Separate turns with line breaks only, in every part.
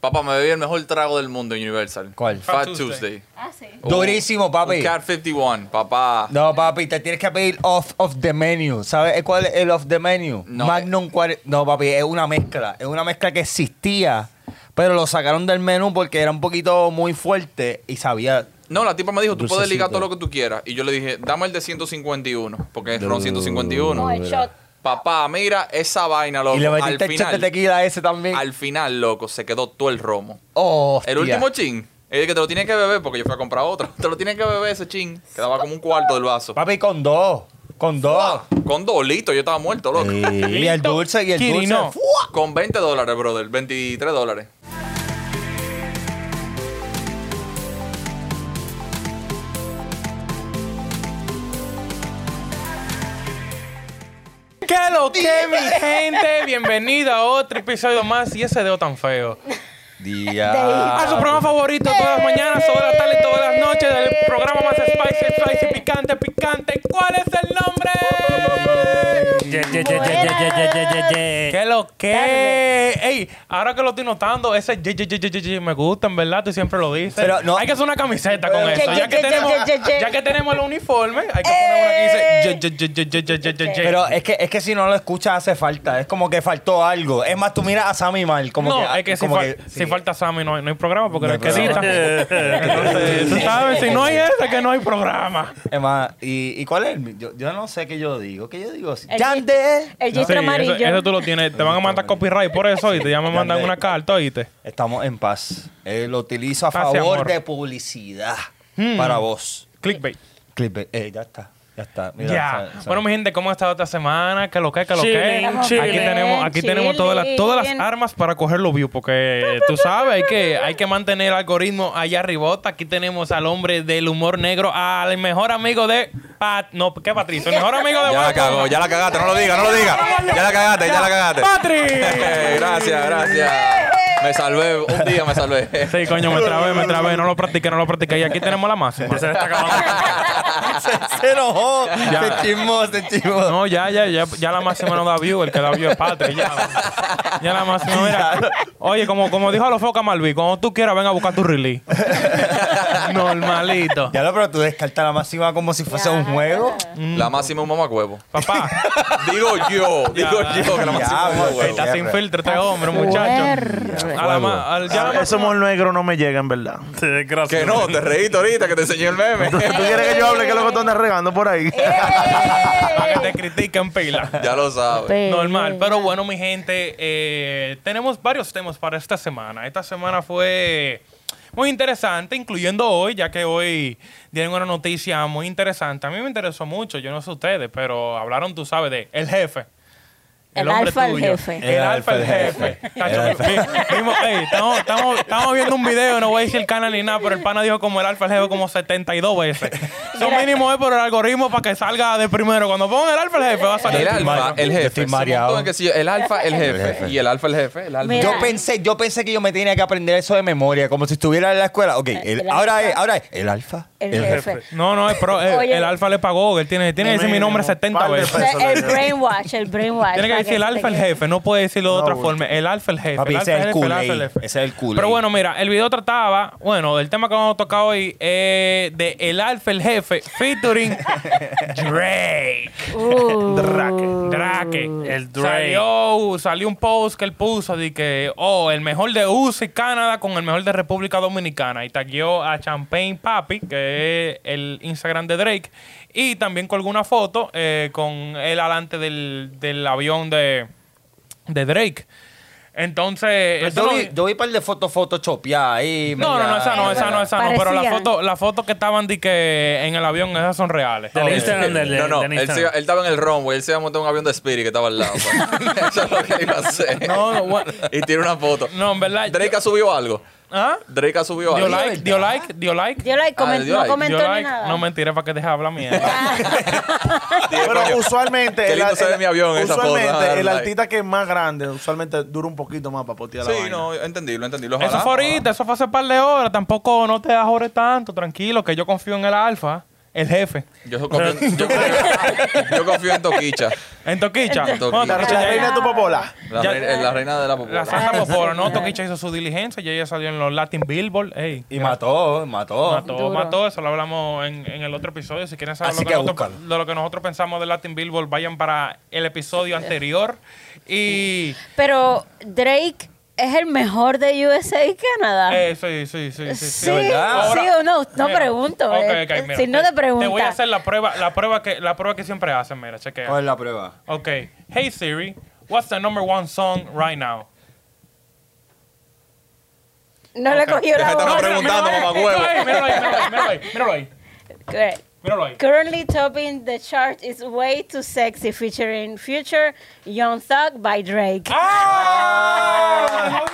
Papá, me bebí el mejor trago del mundo en Universal.
¿Cuál?
Fat,
Fat
Tuesday.
Tuesday.
Ah, sí.
Oh,
Durísimo, papi.
un Cat 51, papá.
No, papi, te tienes que pedir off of the menu. ¿Sabes cuál es el off the menu?
No.
Magnum 40. No, papi, es una mezcla. Es una mezcla que existía, pero lo sacaron del menú porque era un poquito muy fuerte y sabía.
No, la tipa me dijo, tú puedes
Dulcecito.
ligar todo lo que tú quieras. Y yo le dije, dame el de 151, porque es Ron 151.
No, el shot.
Papá, mira esa vaina, loco.
Y le
al
metiste el shot de
final,
tequila a ese también.
al final, loco, se quedó todo el romo.
Oh, hostia.
El último chin, el que te lo tienes que beber, porque yo fui a comprar otro. Te lo tienes que beber ese chin. Quedaba como un cuarto del vaso.
Papi, con dos. Con dos.
Con dos litros, yo estaba muerto, loco.
Y el dulce, y el dulce.
Quirino.
fu-
Con 20 dólares, brother. 23 dólares.
¿Qué lo que, mi gente? Bienvenido a otro episodio más y ese dedo tan feo.
Día.
A su programa favorito todas las mañanas, todas las tardes, todas las noches, del programa más spicy, spicy, picante, picante. ¿Cuál es el nombre?
Ye, ye, ye, ye, ye, ye, ye, ye, ye.
¿Qué lo que? Ey, ahora que lo estoy notando, ese ye, ye, ye, ye, ye, ye, me gusta, en verdad, tú siempre lo dices.
Pero no-
Hay que hacer una camiseta con
Eh.
Ye,
eso.
ye,
Ya que
ye, ye,
tenemos-
ye, ye, ye.
ya que tenemos el uniforme, hay que poner una
Eh.
que dice ye, ye, ye, ye, ye, ye, ye, ye.
Pero es que, es que si no lo escuchas hace falta. Es como que faltó algo. Es más, tú miras a Sammy mal. Como
no,
que,
es que si,
como
fal-
que-
si
sí.
falta Sammy no hay, no hay programa porque
No
no
hay
hay que edita. Entonces, tú sabes, si no hay ese, que no hay programa.
Es más, ¿y, y cuál es? el mi- Yo, yo no sé qué yo digo. ¿Qué yo digo?
El-
¡Yandel!
El
Sí,
gistro
eso,
amarillo.
eso tú lo tienes. Te van a mandar copyright por eso y te ya me mandan
Grande.
una carta, oíste.
Estamos en paz. Eh, lo utilizo a
Paz y
favor
amor. Hmm.
de publicidad para vos.
Clickbait.
Clip, eh, ya está. Ya está.
Ya.
Mira, sa- sa-
Bueno, mi gente, ¿cómo ha estado esta semana? ¿Qué lo que, qué lo que?
Chilling,
Aquí
chilling.
tenemos, aquí tenemos todas las, todas las
Chilling.
armas para coger los views porque tú sabes, hay que, hay que mantener el algoritmo allá arribota. Aquí tenemos al hombre del humor negro, al mejor amigo de... Pat, no, ¿qué Patricio? El mejor amigo de...
Ya la cagó, ya la cagaste, no lo digas, no lo digas. Ya la cagaste, ya la cagaste.
¡Patri!
gracias, gracias. Me salvé, un día me salvé.
Sí, coño, me trabé, me trabé, no lo practiqué, no lo practiqué. Y aquí tenemos la máxima.
Ya se le está acabando.
se, se enojó.
Ya.
Se chismó, se chismó.
No, ya, ya, ya, ya la máxima no da view, el que da view es Patri, ya. Ya la máxima, mira. Oye, como, como dijo a los focas Malví, cuando tú quieras, ven a buscar tu release. Normalito.
Ya lo, pero tú descartas la máxima como si fuese un juego.
La máxima es un mamacuevo.
Papá,
Digo yo, digo yo que la máxima es un
Diablo,
mamacuevo.
está sin filtro este hombre, muchacho.
Fuerte.
A la ma- al- ya la ma-
Ese humor negro Ah, no me llega, en verdad.
Te desgracia.
Que no, te reíste ahorita que te enseñé el meme.
¿Tú quieres que yo hable que loco tú andas regando por ahí?
Eh.
para que te critiquen pila.
ya lo sabes.
Eh,
Normal, pero bueno, mi gente, eh, tenemos varios temas para esta semana. Esta semana fue muy interesante, incluyendo hoy, ya que hoy dieron una noticia muy interesante. A mí me interesó mucho, yo no sé ustedes, pero hablaron, tú sabes, de el jefe.
El alfa, el jefe.
El, alfa, el jefe. Cacho, vi- vimos- ey, estamos, estamos- estamos viendo un video, no voy a decir el canal ni nada, pero el pana dijo como el alfa, el jefe como 72 veces. Eso mínimo es por el algoritmo para que salga de primero. Cuando pongan el alfa, el jefe, va a salir.
El alfa,
mareado.
el
Yo
jefe.
estoy
Se montó
mareado.
en que sí, el alfa, el jefe. Y el alfa, el jefe. El alfa.
Mira.
Yo pensé, yo pensé que yo me tenía que aprender eso de memoria, como si estuviera en la escuela. Ok, el-
el
ahora
alfa.
es, ahora es el alfa.
El jefe.
No, no, es pro- el,
Oye.
el alfa le pagó. Él tiene, tiene que decir mi nombre 70
Par de
veces.
pe- Eso
El,
le
el
digo.
brainwash, el brainwash.
Tiene que decir
para
el
se te
alfa el
quede.
jefe. No puede decirlo de
No,
otra
güey.
forma. El alfa el jefe.
Papi,
el
ese
alfa
es el
jefe, el alfa
Kool-Aid.
jefe.
Ese es el Kool-Aid.
Pero bueno, mira, el video trataba, bueno, el tema que vamos a tocar hoy es de el alfa el jefe featuring Drake.
Uh,
Drake.
Drake.
Mm.
El Drake.
Salió, salió un post que él puso de que, oh, el mejor de USA y Canadá con el mejor de República Dominicana. Y tagueó a Champagne Papi, que es el Instagram de Drake. Y también colgó una foto eh, con él adelante del, del avión de, de Drake. Entonces, eso
Pues Yo
lo-
vi, yo vi un par de fotos photoshopeadas ahí.
no, no, no, esa no, esa no, esa no. Pero la
Parecía.
foto, la foto que estaban de que en el avión, esas son reales.
Del Instagram del
No, no,
del
él, se-
Instagram.
él estaba en el runway, él se iba a montar en un avión de Spirit que estaba al lado. pa. Eso es lo que iba a hacer.
No, no, what-
y tiene una foto.
No, en verdad.
Drake ha subido algo.
¿Ah?
Drake ha subido
Dio
algo.
like, dio like, dio like.
Yo like, comen-
Ah, yo like.
no comentó
Yo
ni
like-
nada.
No mentiré para que deje hablar mierda.
Pero usualmente.
Qué lindo
el-
se ve
el-
mi avión en esa foto,
Usualmente,
ah,
el
like.
artista que es más grande, usualmente dura un poquito más para potear la
Sí,
vaina.
no, entendible, entendible. Ojalá.
eso fue ahorita, eso fue hace par de horas. Tampoco no te ajores tanto, tranquilo, que yo confío en el alfa, el jefe.
Yo confío, en- yo confío- yo confío en Toquicha.
En Toquicha.
En Toquicha.
Bueno,
La,
Toquicha
la
ya-
reina de tu popola.
La,
Ya-
reina, la reina de la
La
popular.
Santa Popola, ¿no? Toquicha hizo su diligencia y ella salió en los Latin Billboard. Ey,
Y mató, mató.
mató,
Duro.
mató. Eso lo hablamos en, en el otro episodio. Si quieren saber
Así
lo que,
que a
nosotros,
buscarlo.
de lo que nosotros pensamos de Latin Billboard, vayan para el episodio anterior. Y.
Pero Drake es el mejor de USA y Canadá.
Eh, sí, sí, sí. Sí,
Sí,
¿verdad?
sí,
Ah, Ahora-
no, no
Mira,
pregunto.
ok,
eh,
ok, mira,
si no te
Te voy a
preguntas.
hacer la prueba, la prueba que, la prueba que siempre hacen, mira, chequea.
¿Cuál es la prueba?
Ok. Hey Siri, what's the number one song right now?
No le
Ok.
cogió la
Deja de estar
voz.
preguntando, mamá huevo.
Míralo ahí, míralo ahí, míralo ahí, míralo ahí,
Correct.
míralo ahí.
Currently topping the chart is Way Too Sexy featuring Future Young Thug by Drake.
¡Ah!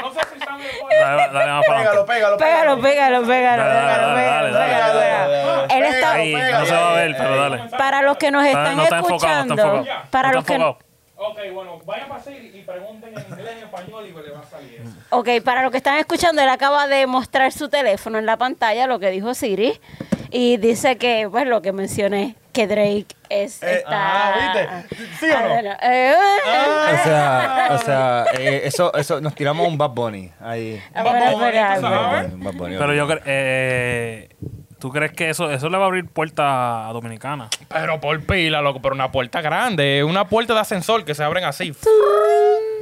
No sé si saben cuál.
Dale, dale, vamos para
Pégalo,
adelante.
pégalo.
Pégalo, pégalo, pégalo,
Dale, dale,
pégalo,
dale,
pégalo,
dale,
pégalo,
dale,
pégalo. Él está
Ahí, no se va a ver, pero dale.
para los que nos están
no está enfocado, no
escuchando,
está enfocado.
para
No
los
está
que
enfocado.
Ok, bueno, vayan a seguir y pregunten en inglés, en español y le va a salir.
Ok, para los que están escuchando, él acaba de mostrar su teléfono en la pantalla, lo que dijo Siri, y dice que, pues lo que mencioné, que Drake es,
Eh,
está...
ah, ¿viste? ¿Sí o no? Ah.
Adela- eh, eh.
O sea, o sea eh, eso, eso, nos tiramos un Bad Bunny ahí.
Ah, bueno,
Vamos,
espera,
esto se
espera.
va.
Bad Bunny, Bad Bunny, Bad
Pero yo
Bunny.
creo. Eh, ¿Tú crees que eso, eso le va a abrir puerta a Dominicana?
Pero por pila, loco, pero una puerta grande, una puerta de ascensor que se abren así.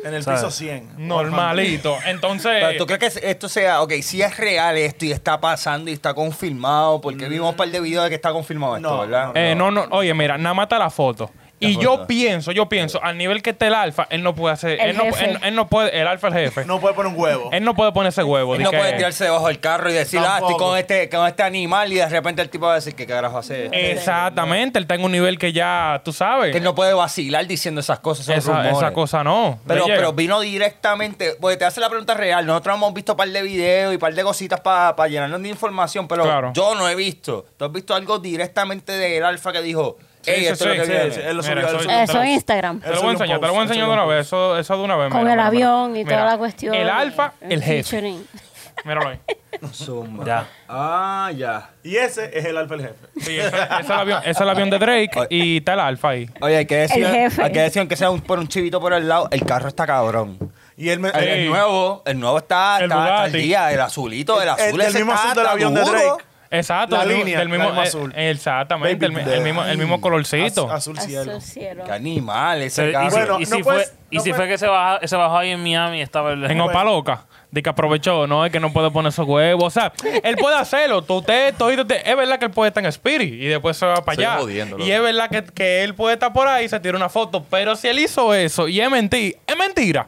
En el
¿Sabes?
piso 100.
Normalito.
Pero
Entonces,
tú crees que esto sea, ok, si es real esto y está pasando y está confirmado, porque vimos un par de videos de que está confirmado esto,
Mm. No,
¿verdad?
eh, no, no, oye, mira, nada mata la foto.
La
y
foto.
yo pienso, yo pienso, al nivel que está el alfa, él no puede hacer,
El
él no,
jefe.
él- él no puede, el alfa el jefe.
No puede poner un huevo.
Él no puede ponerse huevo.
Él
di
no
que-
puede tirarse debajo del carro y decir, ah, estoy
Tampoco.
con este, con este animal y de repente el tipo va a decir, ¿qué carajo hace? esto?".
Exactamente, él está en un nivel que ya, tú sabes.
Que él no puede vacilar diciendo esas cosas, esos
esa,
rumores.
esa cosa no.
Pero,
le
pero
llega.
vino directamente, porque te hace la pregunta real. Nosotros hemos visto un par de videos y un par de cositas para llenarnos de información, pero
Claro.
yo no he visto. Tú has visto algo directamente del alfa que dijo,
Sí,
hey,
sí,
esto es
sí,
lo que
sí,
viene.
sí, él
Mira,
lo subió, él
soy-
lo subió.
Eso en Instagram.
Te lo voy a
Eso es
enseñar, te lo voy a
un post,
enseñar de
eso es
una
un
vez. Eso, eso de una vez.
Con
Pues mira,
el
mira, mira.
avión y
Mira,
toda la cuestión.
El alfa,
eh,
el jefe.
featuring.
Míralo ahí.
Zumba.
Ya.
Ah, ya.
Y ese es el alfa el jefe.
Sí, ese, ese es el avión, ese es el avión de Drake y está el alfa ahí.
Oye, hay que decir,
El jefe.
hay que decir aunque sea un- por un chivito por el lado, el carro está cabrón.
Y él me.
El, el
Ey.
nuevo, el nuevo está,
El
está, está al
Bugatti.
día, el azulito, el
El-
azul,
el- el
ese
mismo
está-
azul del
está
avión de
duro.
Drake.
Exacto,
La
el, mismo-
línea,
del mismo,
la
eh,
azul.
Exactamente, el, mi-
Baby
el mismo, el mismo colorcito.
Az- azul cielo.
Azul cielo.
Qué animal ese
Pero, ¿Y
carro.
si,
Bueno,
y
no
si
puedes-
fue, y
no
si
puedes-
fue que se bajó, se bajó ahí en Miami? Estaba el-
En Opa Loca. De que aprovechó, ¿no? Es que no puede poner esos huevos. O sea, él puede hacerlo. Tú te, tú- tú- te- es verdad que él puede estar en Spirit y después se va para
Estoy
allá.
jodiendo, loco.
y es verdad que, que él puede estar por ahí y se tira una foto. Pero si él hizo eso y es mentira, es mentira.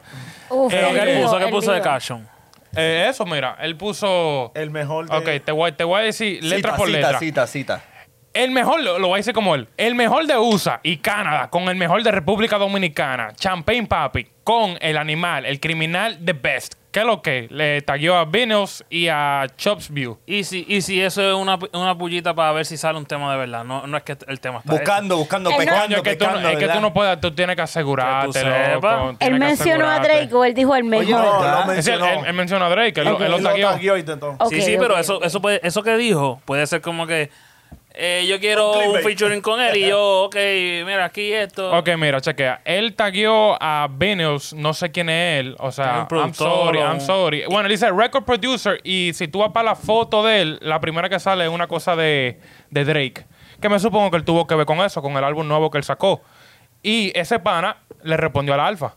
Uf,
Pero
el
¿qué
lío,
puso? ¿Qué
el
puso de
lío.
cachón?
Eh, eso, mira, él puso.
El mejor de.
Ok, te voy, te voy a decir
Cita,
letra por
cita,
letra.
Cita, cita,
El mejor, lo, lo voy a decir como él. El mejor de USA y Canadá con el mejor de República Dominicana. Champagne Papi con el animal, el criminal The Best. ¿Qué es lo que? Le tagueó a Vinos y a Chops View.
¿Y si, y si eso es una, una pullita para ver si sale un tema de verdad. No, no es que el tema está.
Buscando, buscando,
Él no-
pescando,
Coño, es que, tú,
pescando,
no- es que tú
¿verdad?
no puedes, tú tienes que asegurarte.
Que tú sepas.
loco, tienes
Él
que
mencionó a
asegurarte.
Drake o él dijo el
Oye,
mejor.
no, lo
¿verdad?
Sí, él,
mencionó.
él- él mencionó a Drake, él, lo-
Ok.
él
Él
lo tagueó.
tagueó y intentó.
Ok,
sí, sí, pero
ok,
eso,
ok.
eso, puede, eso que dijo puede ser como que eh, yo quiero
Un
un,
clickbait.
featuring con él y yo, ok, mira, aquí esto.
Ok, mira, chequea. Él tagueó a Vinos, no sé quién es él. O
Es
sea,
un
I'm
productor
sorry,
o
I'm
un-
sorry. Bueno, él dice record producer y si tú vas para la foto de él, la primera que sale es una cosa de, de Drake. Que me supongo que él tuvo que ver con eso, con el álbum nuevo que él sacó. Y ese pana le respondió al alfa.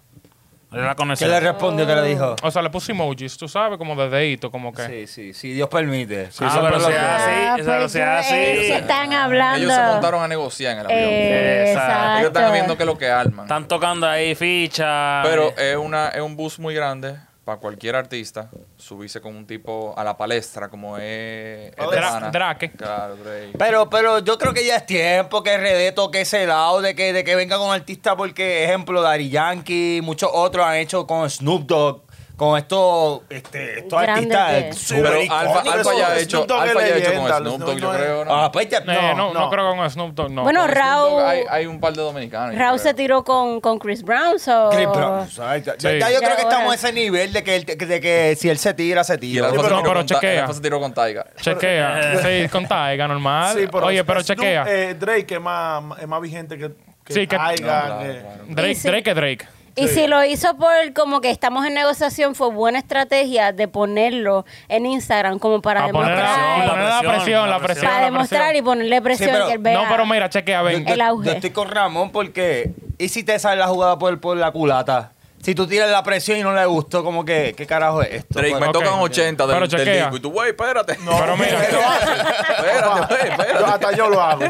Era la
¿Qué
conexión.
le respondió?
Oh.
¿Qué le dijo?
O sea, le puso emojis, tú sabes, como de dedito, como que...
Sí,
"Eh,
sí, sí, Dios permite. Sí,
Ah,
eso
pero
es lo
sí,
que-
ah, sí.
Ah,
eso
pues
lo se
yo-
hace.
ellos se están hablando.
Ellos se montaron a negociar en el avión.
Eh,
Exacto.
Ellos están viendo
Exacto.
que es lo que arman.
Están tocando ahí fichas.
Pero es, una, es un bus muy grande para cualquier artista subirse con un tipo a la palestra como es... es
Dra-
Tejana.
Drake.
Claro, Drake.
Pero, pero yo creo que ya es tiempo que RD toque ese lado de que, de que venga con artistas, porque, ejemplo, Dari Yankee, muchos otros han hecho con Snoop Dogg, con estos, este, estos
Grande
artistas
que-
super
Pero Alfa,
icónicos.
Alfa ya ha
Snoop
hecho,
Dogg es
Alfa ya ha hecho con
leyenda,
Snoop Dogg, yo
Snoop Dogg
creo,
es-
¿no?
Ah, pues ya-
Eh, no,
no.
no,
no.
creo con Snoop Dogg, no.
Bueno,
Con Snoop Dogg
Raúl.
Hay, hay un par de dominicanos. yo
Raúl se
creo.
tiró con, con Chris Brown. so-
Chris Brown, o sea, ya, ya-
Sí.
ya yo
Ya
creo que
ahora.
estamos a ese nivel de que, él- de que si él se tira, se
Y el
tira.
Alfa se
pero-
tiró
pero
con Ta- el
chequea.
Alfa se tiró con Taiga.
Chequea. sí, con Taiga, normal.
eh. Sí, pero
Ah, Oye, pero
Snoop,
chequea.
eh, Drake es más, es más vigente que, que
Sí, que-
No,
caigan,
claro,
eh.
claro.
Drake,
Y sí.
Drake es Drake.
Y si lo hizo por como que estamos en negociación, fue buena estrategia de ponerlo en Instagram como para
Para poner
demostrar,
la
la presión, la presión.
para
la
demostrar y
presión.
ponerle presión
pero-
que él vea.
No, pero mira, chequea, ven.
El auge.
Yo estoy con Ramón porque. ¿Y si te sale la jugada por, por la culata? Si tú tiras la presión y no le gustó, como que, ¿qué carajo es esto?
Drake,
Bueno,
me
ok,
tocan
ok.
80 del,
Pero
del
chequea.
disco. Y tú, güey, espérate.
Pero mira.
espérate, güey,
Yo-
espérate.
hasta yo lo hago.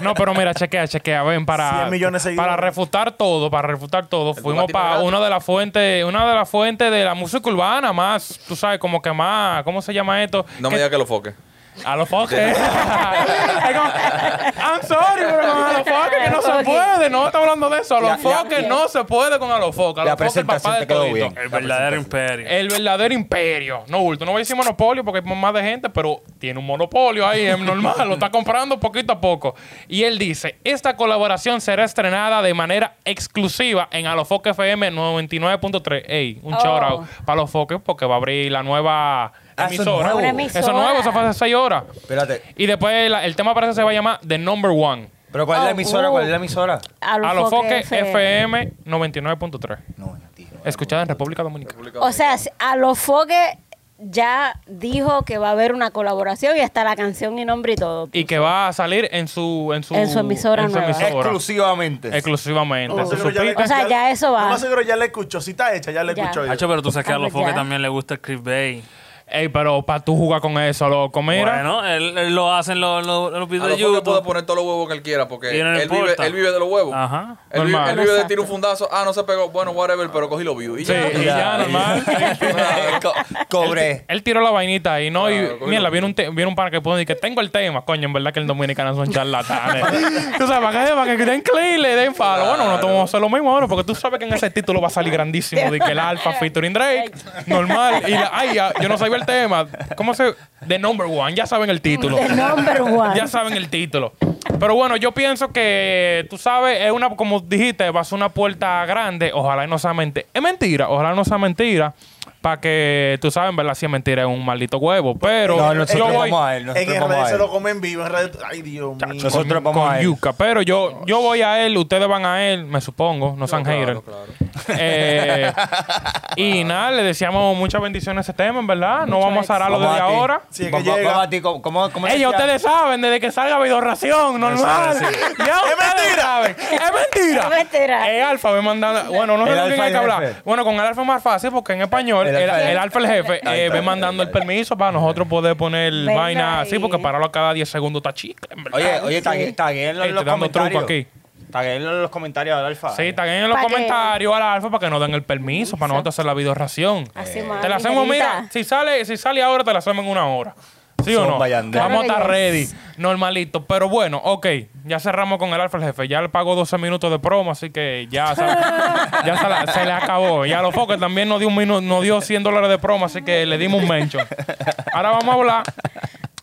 No, pero mira, chequea, chequea, ven, para,
100 millones de seguidores.
para refutar todo, para refutar todo, fuimos
Tupac tiene
para
gratis.
una de las fuentes, una de las fuentes de la música urbana más, tú sabes, como que más, ¿cómo se llama esto?
No me digas que lo foque.
A los foques. Es como, I'm sorry, pero con a los foques que no se
Foques.
puede. No estamos hablando de eso. A
La-
los
la-
foques no se puede con a los foques. A
La
los foques el
presentación
papá
te
de
quedó
todito.
bien.
El verdadero imperio.
El verdadero imperio. No, Bulto, no voy a decir monopolio porque hay más de gente, pero tiene un monopolio ahí, es normal. Lo está comprando poquito a poco. Y él dice, esta colaboración será estrenada de manera exclusiva en Alofoque FM 99.3. Ey, un
Oh.
shout out para los foques porque va a abrir la nueva
Ah, eso es
emisora.
nuevo. Una
uh,
emisora.
Eso es nuevo, eso fue hace seis horas.
Espérate.
Y después la- el tema parece que se va a llamar The Number One.
¿Pero cuál es
Oh,
la emisora?
uh.
¿Cuál es la emisora?
A los
Alofoque
foques FM.
FM 99.3.
No, tío.
Escuchada en República Dominicana.
O sea, si- a los foques ya dijo que va a haber una colaboración y hasta la canción y nombre y todo.
Y que va a salir en su... En su,
En su emisora
en su
nueva.
emisora.
Exclusivamente.
Exclusivamente.
Lo más
¿Tú
seguro ya le-
supiste?
O sea, ya eso va.
Lo más seguro ya le escuchó. Si está hecha, ya le
Ya.
escuchó. yo.
Hacho, pero tú sabes que a los
Ah, pues
foques
ya.
también le gusta el Chris Bay.
Ey, pero para tú jugar con eso, loco, mira.
Bueno, él, él lo hacen los, los, los
A
videos
lo
de
mejor que puede
YouTube.
poner todos los huevos que él quiera porque
Y no le
él vive,
importa.
él vive de los huevos.
Ajá.
Él vive,
Normal.
él vive de
Exacto.
tirar un fundazo. Ah, no se pegó. Bueno, whatever, pero cogí los views. Y
sí,
ya.
y ya, normal.
Co- cobré.
Él tiró la vainita ahí, ¿no?
Claro,
y
coño.
mira, viene un, te- viene un pana que puso y que tengo el tema. Coño, en verdad que el dominicano son charlatanes. tú sabes, para que, para que den clic y le den follow. Bueno, no vamos a hacer lo mismo ahora porque tú sabes que en ese título va a salir grandísimo. De que el Alfa featuring Drake, normal. Y la- ay, ya, yo no sabía el tema. ¿Cómo se...? The Number One, ya saben el título.
The number one.
Ya saben el título. Pero bueno, yo pienso que, tú sabes, es una, como dijiste, va a ser una puerta grande. Ojalá y no sea mentira. Es mentira, ojalá no sea mentira. Para que, tú sabes, en verdad, si es mentira, es un maldito huevo. Pero
No,
yo
nosotros
voy
vamos a él.
En
Nosotros
RD
vamos a
se
él.
lo comen vivo. En RD, ay, Dios mío.
Nosotros
con,
vamos
con
a él.
Yuka. Pero yo, yo voy a él, ustedes van a él, me supongo, no sean haters. Eh, y nada, le deseamos muchas bendiciones a ese tema, en verdad. No vamos a zararlo
Vamos
desde
a ti.
ahora.
Sí, que
Vamos-
llega.
vamos a ti. ¿Cómo, cómo, cómo
Ella,
decía?
ustedes saben, desde que salga videorración, normal. Ya ustedes saben. Es mentira.
Es mentira.
El alfa me manda. Bueno, no sé
El
con quién
alfa
hay
y
que
el
hablar.
jefe.
Bueno, con el alfa es más fácil porque en español,
El
el,
alfa.
el alfa, el jefe,
Ahí
eh,
está,
ve
ahí
mandando el
está.
permiso para nosotros poder poner
Venga
vaina
ahí.
así, porque pararlo cada 10 segundos está chicle, en verdad.
Oye, oye,
Sí.
tagué- taguéenlo
Ey,
en los
te dando truco
comentarios.
aquí.
Taguéenlo en los comentarios del Alfa.
Sí, también en los
Pa' que-
comentarios al alfa para que nos den el permiso, para nosotros hacer la videorración.
Eh,
Así
Te la hacemos, mira,
ligerita.
si sale, si sale ahora, te la hacemos en una hora. ¿Sí o
Son
no?
vallanderos.
Vamos a
Claro
estar
que
ready, normalito. Pero bueno, ok, ya cerramos con el Alfa el Jefe. Ya le pagó 12 minutos de promo, así que ya, se, ya se, la- se le acabó. Y a los Foques también nos dio, un minu- nos dio 100 dólares de promo, así que le dimos un mention. Ahora vamos a hablar.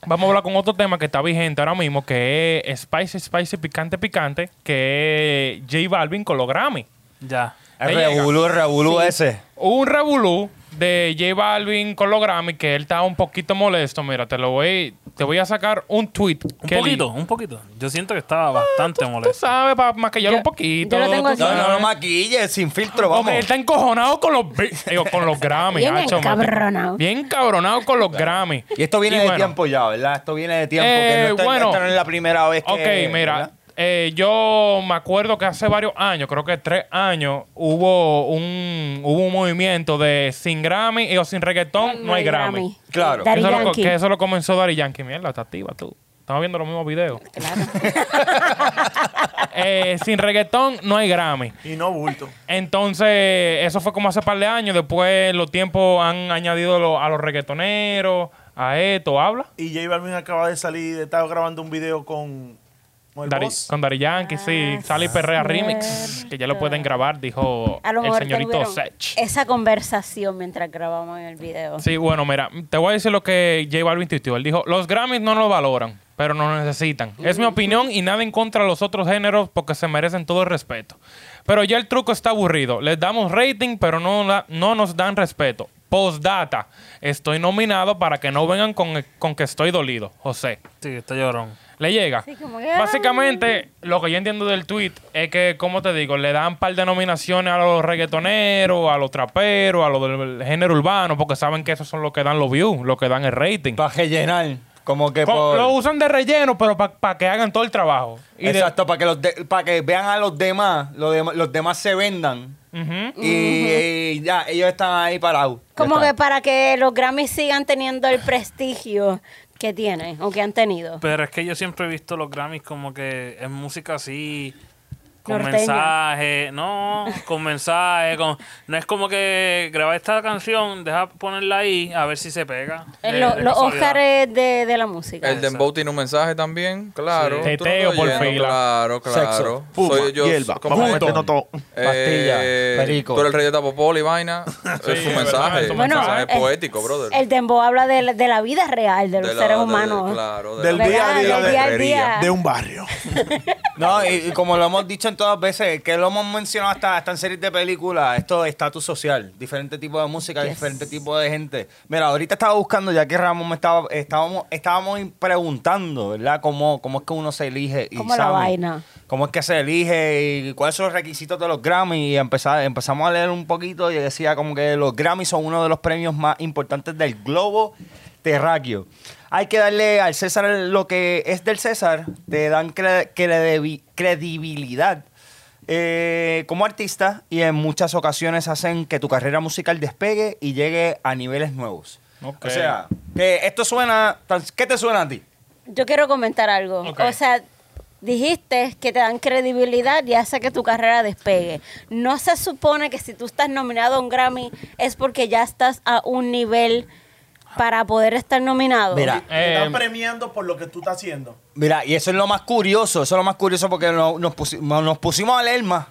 Vamos a hablar con otro tema que está vigente ahora mismo, que es Spicy, Spicy, Picante, Picante, que es J Balvin con los Grammy.
Ya.
El
Ella-
Rebulú, el Rebulú ese.
Hubo un revolú de J Balvin con los Grammy que él estaba un poquito molesto. Mira, te lo voy, te voy a sacar un tweet.
Un poquito, un poquito. Yo siento que estaba bastante
Tú
molesto.
sabes, para maquillarlo un poquito.
yo lo tengo
tú
aquí.
No,
sabes.
no, no maquille, sin filtro,
Porque
vamos.
él está encojonado con los, bi- digo, con los Grammy.
Bien
hacho, mate.
encabronado.
Bien cabronado con los Grammy.
Y esto viene
Y
de
bueno,
tiempo ya, ¿verdad? Esto viene de tiempo. que
Eh,
no está-
bueno.
esta no es la primera vez que.
Ok, mira.
¿verdad?
eh, yo me acuerdo que hace varios años, creo que tres años, hubo un, hubo un movimiento de sin Grammy eh, o sin reggaetón, no, hay Grammy.
Claro.
Daddy
eso lo co-
Yankee.
que eso lo comenzó Dari Yankee. Mierda, está activa tú. Estamos viendo los mismos videos. Eh, sin reggaetón no hay Grammy.
Y no bulto.
Entonces, eso fue como hace par de años. Después, los tiempos han añadido lo- a los reggaetoneros, a esto. ¿Habla?
Y J Balvin acaba de salir, estaba grabando un video con, con el
Daddy-
boss.
con Dari Yankee, sí.
Ah,
Sally Perrea
cierto.
Remix, que ya lo pueden grabar, dijo
A lo
el
mejor
señorito
tuvieron
Sech.
esa conversación mientras grabamos el video.
Sí, bueno, mira, te voy a decir lo que J Balvin tuiteó. Él dijo, los Grammys no lo valoran, pero no lo necesitan. Es mi opinión y nada en contra de los otros géneros porque se merecen todo el respeto. Pero ya el truco está aburrido. Les damos rating, pero no, la- no nos dan respeto. Postdata. Estoy nominado para que no vengan con, con que estoy dolido, José.
Sí, está llorón.
Le llega.
Sí, como que, "Ah,
Básicamente, lo que yo entiendo del tweet es que, como te digo, le dan un par de nominaciones a los reggaetoneros, a los traperos, a los del género urbano, porque saben que esos son los que dan los views, los que dan el rating.
Para rellenar. Como que
Co-
por...
Lo usan de relleno, pero para que hagan todo el trabajo. Y de-
Exacto, para que los de- para que vean a los demás, los, dem- los demás se vendan.
Ujú.
Y, y ya, ellos están ahí parados.
Como
Ya
que
está.
para que los Grammys sigan teniendo el prestigio que tienen o que han tenido.
Pero es que yo siempre he visto los Grammys como que es música así, con
Norteña.
mensaje, no, con mensaje, con, no es como que graba esta canción, deja ponerla ahí a ver si se pega.
Eh,
de-
lo-
de
los
casualidad.
Óscares de, de la música.
El Dembow tiene un mensaje también, claro.
Sí.
Tú no
Teteo
estás
por
oyendo,
fila.
Claro, claro.
Sexo,
Puma, hierba, papá,
es?
este no to-
Pastilla, perico.
Tú eres Eh, el rey de Tapopol y vaina. es
es
su
verdad,
mensaje.
es un
un mensaje
el-
poético, brother.
El Dembow habla de, la- de la vida real, de los
De la-
seres
de-
humanos.
claro, de
Del
la-
día a día
Del
de-
día al día.
de un barrio.
No, y, y como lo hemos dicho en todas veces, que lo hemos mencionado hasta, hasta en series de películas, esto de estatus social, diferente tipo de música,
Yes.
diferente tipo de gente. Mira, ahorita estaba buscando, ya que Ramón me estaba, estábamos, estábamos preguntando, ¿verdad? Cómo, cómo es que uno se elige y
¿Cómo la
sabe
vaina?
cómo es que se elige y cuáles son los requisitos de los Grammy. Y empezá- empezamos a leer un poquito y decía como que los Grammy son uno de los premios más importantes del globo terráqueo. Hay que darle al César lo que es del César, te dan cre- credevi- credibilidad eh, como artista y en muchas ocasiones hacen que tu carrera musical despegue y llegue a niveles nuevos.
Ok.
O sea, que esto suena, tan- ¿qué te suena a ti?
Yo quiero comentar algo.
Ok.
O sea, dijiste que te dan credibilidad y hace que tu carrera despegue. No se supone que si tú estás nominado a un Grammy es porque ya estás a un nivel para poder estar nominado.
Mira.
Te
Eh,
están premiando por lo que tú estás haciendo.
Mira, y eso es lo más curioso, eso es lo más curioso porque no- nos, pusi- no- nos pusimos a leer más.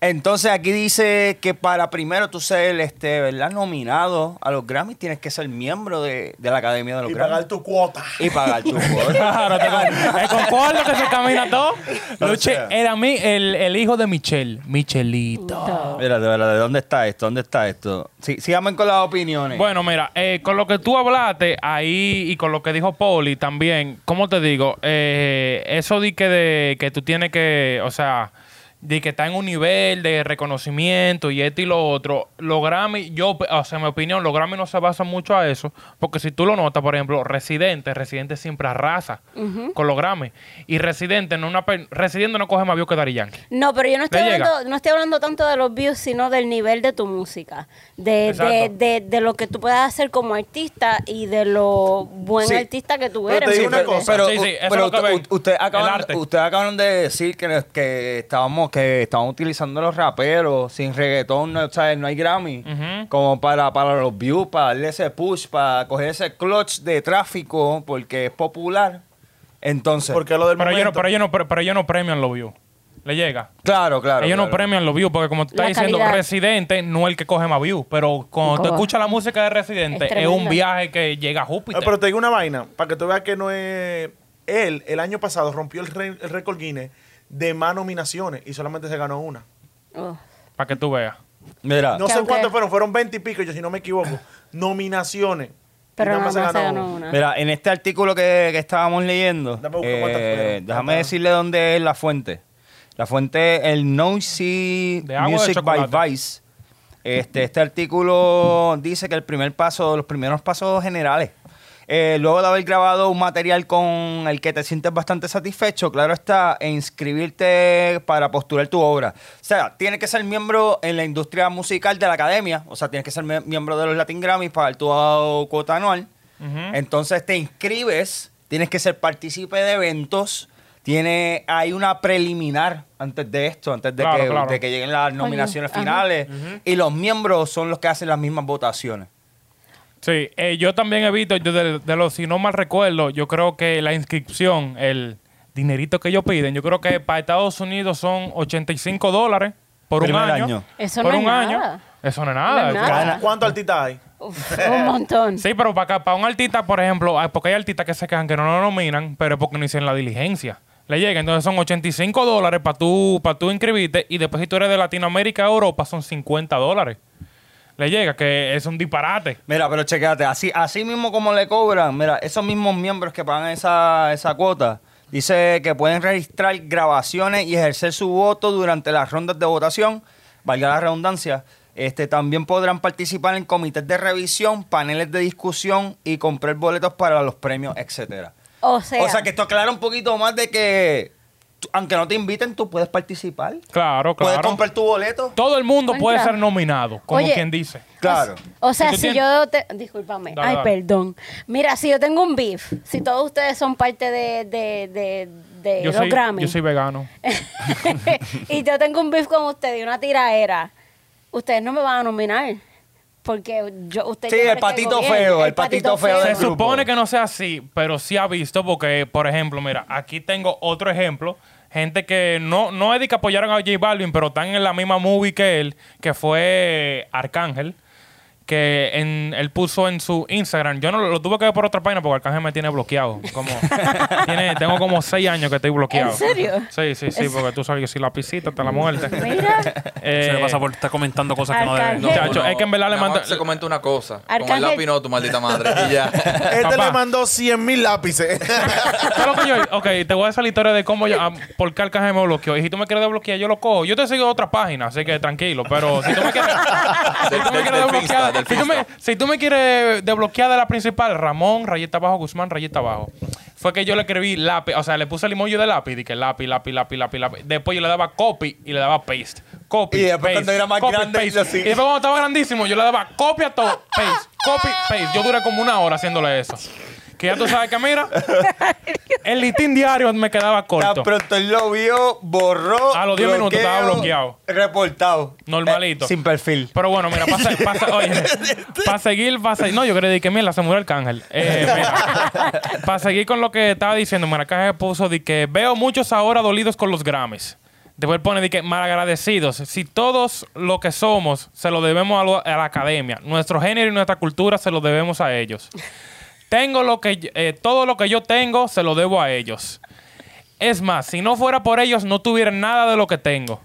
Entonces aquí dice que para primero tú ser este, ¿verdad? nominado a los Grammys tienes que ser miembro de, de la Academia de los
Y
Grammys.
pagar tu cuota.
Y pagar tu cuota.
Claro, te con- me concuerdo que se camina todo.
O
Luche
sea.
era mi, el, el hijo de Michelle. Michelito.
Punto.
Espérate, espérate, ¿dónde está esto? ¿Dónde está esto? Sí, síganme con las opiniones.
Bueno, mira, eh, con lo que tú hablaste ahí y con lo que dijo Poli también, ¿cómo te digo? Eh, eso de que, de que tú tienes que, o sea, de que está en un nivel de reconocimiento y esto y lo otro. Los Grammy, yo, o sea, en mi opinión, los Grammy no se basan mucho a eso, porque si tú lo notas, por ejemplo, Residente, Residente siempre arrasa con los Grammy. Y Residente no es una per- Residente no coge más views que Dari Yankee.
No, pero yo no estoy,
Le llega.
hablando, no estoy hablando tanto de los views, sino del nivel de tu música, de, de,
Exacto.
de- de lo que tú puedas hacer como artista y de lo buen
Sí.
artista que tú
Pero te
eres. pues,
digo
¿me
una
entiendes?
cosa.
Pero,
Sí, sí,
u-
eso es
pero
lo que
usted-
ven.
u- ustedes
El
acaban,
arte.
ustedes acaban de decir que, que estábamos que estaban utilizando los raperos sin reggaetón, no, o sea, no hay Grammy, como para, para los views, para darle ese push, para coger ese clutch de tráfico porque es popular. Entonces,
Porque lo del
Pero ellos no,
momento.
pero ellos no, pero, pero ellos no premian los views. Le llega.
claro, claro.
Ellos no
claro.
premian los views porque como tú
La
estás diciendo,
calidad.
Residente no es el que coge más views, pero cuando tú
Coja.
escuchas la música de Residente
Es
es, un
tremenda.
viaje que llega a Júpiter.
Ah,
Eh,
pero te digo una vaina, para que tú veas que no es... Él, el año pasado, rompió el, re- el récord Guinness de más nominaciones y solamente se ganó una.
Oh.
Para que tú veas.
Mira,
No
Que
sé
aunque-
cuántas fueron, fueron 20 y pico, yo si no me equivoco. Nominaciones.
Pero
Y
nada
nada
más se ganó una.
mira, en este artículo que, que estábamos leyendo,
Dame busca cuántas
eh,
fueron.
déjame decirle dónde es la fuente. La fuente es el Noisy
De agua o de
Music by
chocolate.
Vice. Este, este artículo dice que el primer paso, los primeros pasos generales. eh, luego de haber grabado un material con el que te sientes bastante satisfecho, claro está, e inscribirte para postular tu obra. O sea, tienes que ser miembro en la industria musical de la academia, o sea, tienes que ser mie- miembro de los Latin Grammys para tu ah, cuota anual. Entonces te inscribes, tienes que ser partícipe de eventos, tiene, hay una preliminar antes de esto, antes de,
Claro,
que,
claro.
de que lleguen las nominaciones
ajá.
finales eh, y los miembros son los que hacen las mismas votaciones.
Sí, eh, yo también he visto, yo de, de los, si no mal recuerdo, yo creo que la inscripción, el dinerito que ellos piden, yo creo que para Estados Unidos son 85 dólares por un
Primer
año.
año.
Eso
por
no es
un año.
nada.
Eso no es nada.
No es nada.
ganó. ¿Cuántos artistas hay?
Uf, un montón.
Sí, pero para, acá, para un artista, por ejemplo, hay- porque hay artistas que se quejan que no lo nominan, pero es porque no hicieron la diligencia. Le llega, entonces son 85 dólares para tú, para tú inscribirte y después si tú eres de Latinoamérica o Europa son 50 dólares. Le llega, que es un disparate.
Mira, pero chequéate, así, así mismo como le cobran, mira, esos mismos miembros que pagan esa, esa cuota Dice que pueden registrar grabaciones y ejercer su voto durante las rondas de votación, valga la redundancia. Este, también podrán participar en comités de revisión, paneles de discusión y comprar boletos para los premios, etcétera.
O sea,
O sea, que esto aclara un poquito más de que, tú- aunque no te inviten, tú puedes participar.
Claro,
Puedes
Oh, claro.
comprar tu boleto.
Todo el mundo puede
Contra.
ser nominado, como
Oye.
quien dice.
Claro.
O sea,
Si tú
si
tienes-
yo te... Discúlpame.
Dale,
Ay,
dale.
perdón. Mira, si yo tengo un beef, si todos ustedes son parte de, de, de, de
Yo
los
soy,
eh, Grammy,
yo soy vegano.
y yo tengo un beef con ustedes y una tiraera, ustedes no me van a nominar. Porque yo, usted
Sí, el
yo creo que
patito
gobierno-
feo, el patito feo
Se
del grupo.
supone que no sea así, pero sí ha visto porque, por ejemplo, mira, aquí tengo otro ejemplo. Gente que no, no es de que apoyaron a J Balvin, pero están en la misma movie que él, que fue Arcángel, que en, él puso en su Instagram. Yo no lo, lo tuve que ver por otra página porque Arcángel me tiene bloqueado. Como, tiene, tengo como seis años que estoy bloqueado.
¿En serio?
Sí, sí, sí, porque tú sabes que si la pisita hasta la muerte.
Mira,
Eh,
Se le pasa por estar comentando cosas que no debe.
Arcángel.
no-
Chacho, es que en verdad le
Nada más
manda-
Se comenta una cosa. Con
Arcángel-
el lápiz no, tu maldita madre. Y ya.
Este
Papá.
le mandó 100 mil lápices.
¿Sabes lo que yo- ok, te voy a hacer la historia de cómo yo. ah, ¿Por qué Arcángel me bloqueó? Y si tú me quieres desbloquear, yo lo cojo. Yo te sigo en otra página, así que tranquilo. Pero si tú me quieres. si tú me
Del-
quieres
del Finsta,
desbloquear.
del
Si tú, me,
Finsta.
si tú me quieres desbloquear de la principal, Ramón, rayeta abajo, Guzmán, rayeta abajo. Fue que yo le escribí lápiz, o sea, le puse el emoji de lápiz, y que lápiz, lápiz, lápiz, lápiz, lápiz. Después yo le daba copy y le daba paste. Copy.
Y después
paste,
cuando era más
copy,
grande,
paste.
y así.
Y después cuando estaba grandísimo, yo le daba copia todo, paste, copy, paste. Yo duré como una hora haciéndole eso. Que ya tú sabes que mira, el listín diario me quedaba corto.
Tan pronto él lo vio, borró.
A los 10 minutos
bloqueo,
estaba bloqueado.
Reportado.
Normalito.
Eh, sin perfil.
Pero bueno, mira, para seguir, para seguir. No, yo quería decir que mira, se murió el cángel. para seguir con lo que estaba diciendo, mira, Cángel puso de que veo muchos ahora dolidos con los Grammys. Después pone de que malagradecidos. Si todos lo que somos se lo debemos a, lo- a la academia, nuestro género y nuestra cultura se lo debemos a ellos. Tengo lo que eh, todo lo que yo tengo se lo debo a ellos. Es más, si no fuera por ellos no tuviera nada de lo que tengo.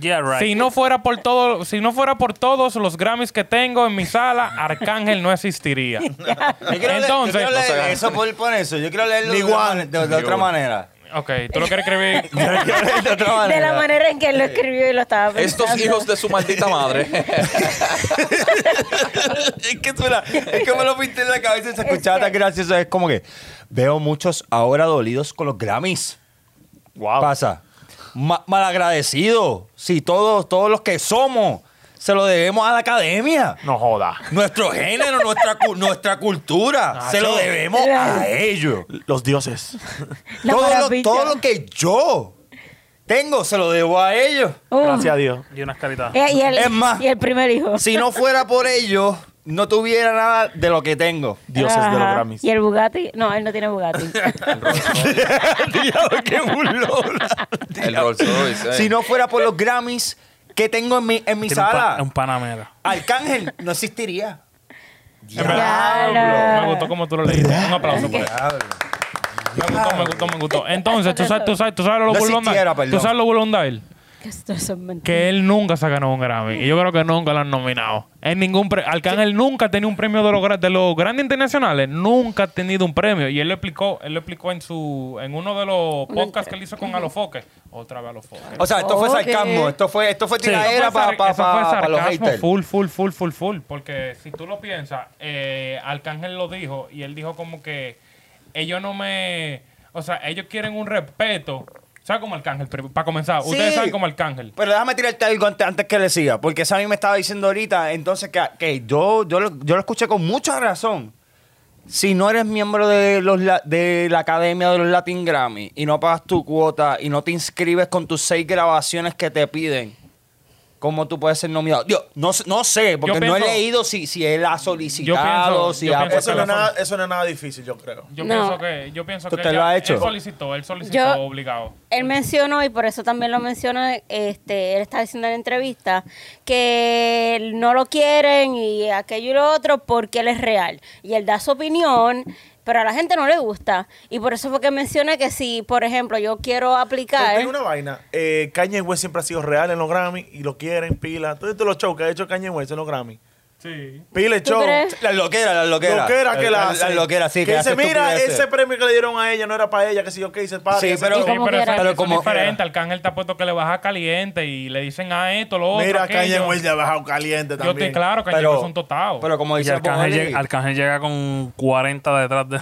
Yeah, right.
Si no fuera por todo, si no fuera por todos los Grammys que tengo en mi sala, Arcángel no existiría.
Yo quiero leer-
Entonces-
yo quiero leer
O sea-
eso por, por eso. Yo quiero leerlo
Ni
de, otra
igual.
mane- de- de otra
igual.
manera.
Ok, tú lo quieres escribir.
Yo quiero leer de otra manera.
de la manera en que él lo escribió y lo estaba pensando.
Estos hijos de su maldita madre.
es que suena, es que me lo pinté en la cabeza y se escuchaba tan gracioso. Es como que veo muchos ahora dolidos con los Grammys.
Wow.
Pasa. Ma- malagradecido. Si todos, todos los que somos se lo debemos a la academia.
No joda.
Nuestro género, nuestra, cu- nuestra cultura, se lo debemos a ellos.
Los dioses.
La
Todo lo,
maravilla.
todo lo que yo tengo se lo debo a ellos.
Uh,
Gracias a Dios.
Y unas caritas.
eh, y el,
Es más.
Y el primer hijo.
Si no fuera por ellos, no tuviera nada de lo que tengo.
Dioses de los
Ajá.
Grammys.
Y el Bugatti. No, él no tiene Bugatti.
Diablo, qué burlón.
El Rolls Royce. eh.
Si no fuera por los Grammys que tengo en mi, en mi
Tiene un, pa-
sala,
un panamera.
Arcángel no existiría.
Diablo.
Me gustó como tú lo leíste. Un aplauso por eso. Me gustó, me gustó, me gustó. Entonces, tú sabes, tú sabes, tú sabes lo
No
burlón de
existiera,
él.
perdón.
Tú sabes lo burlón de él.
Estos son mentiras.
Que él nunca se ha ganado un Grammy. Y yo creo que nunca lo han nominado. En ningún pre- Arcángel nunca ha tenido un premio de los, gra- de los grandes internacionales. Nunca ha tenido un premio. Y él lo explicó, él lo explicó en su, en uno de los podcasts que él hizo con Alofoque. Otra vez Alofoque.
O sea, esto fue
Ok.
sarcasmo, esto fue, esto fue tiradera
Eso fue
para
sar- eso fue
los
sarcasmo
haters.
Full, full, full, full, full. Porque si tú lo piensas, eh, Arcángel lo dijo y él dijo como que ellos no me. O sea, ellos quieren un respeto. ¿Sabes cómo Arcángel? Para comenzar,
Sí.
ustedes saben cómo Arcángel.
Pero déjame tirarte algo ante- antes, que le siga, porque esa a mí me estaba diciendo ahorita, entonces que, que yo, yo, lo, yo lo escuché con mucha razón. Si no eres miembro de, los, la- de la Academia de los Latin Grammy y no pagas tu cuota y no te inscribes con tus seis grabaciones que te piden, ¿cómo tú puedes ser nominado? Yo no, sé- no sé, porque
Yo
no
pienso-
he leído si, si él ha solicitado,
pienso-
si
yo
ha...
pienso
Eso
que
no,
la
es nada, eso no es nada difícil, yo creo.
Yo
No.
pienso que, yo pienso
¿Tú
que
te
él
lo
ya-
has hecho?
él solicitó, él solicitó
Yo-
obligado.
Él mencionó, y por eso también lo menciona, este, él está diciendo en la entrevista, que no lo quieren y aquello y lo otro porque él es real. Y él da su opinión, pero a la gente no le gusta. Y por eso fue que menciona que si, por ejemplo, yo quiero
Pero te
aplicar...
digo una vaina. Eh, Kanye West siempre ha sido real en los Grammy y lo quieren pila. Todos estos los shows que ha hecho Kanye West en los Grammy.
Sí.
Pile
¿Tú
show.
crees?
La loquera, la loquera.
Loquera que la
La,
hace.
loquera, sí.
Que, dice,
hace
mira,
estupideces.
ese premio que le dieron a ella no era para ella, que si yo que hice para
Sí, pero-
Sí,
Sí,
Como
pero
quiera.
eso-
Pero
eso
como
es diferente.
quiera.
Arcángel está puesto que le baja caliente y le dicen a esto, lo otro.
Mira, Kanye
aquello.
West le ha bajado caliente
Yo
también.
estoy claro que
Pero-
es un totado.
Pero como
Y
dice
Arcángel
Bonnie-
llega, Arcángel llega con 40 detrás de...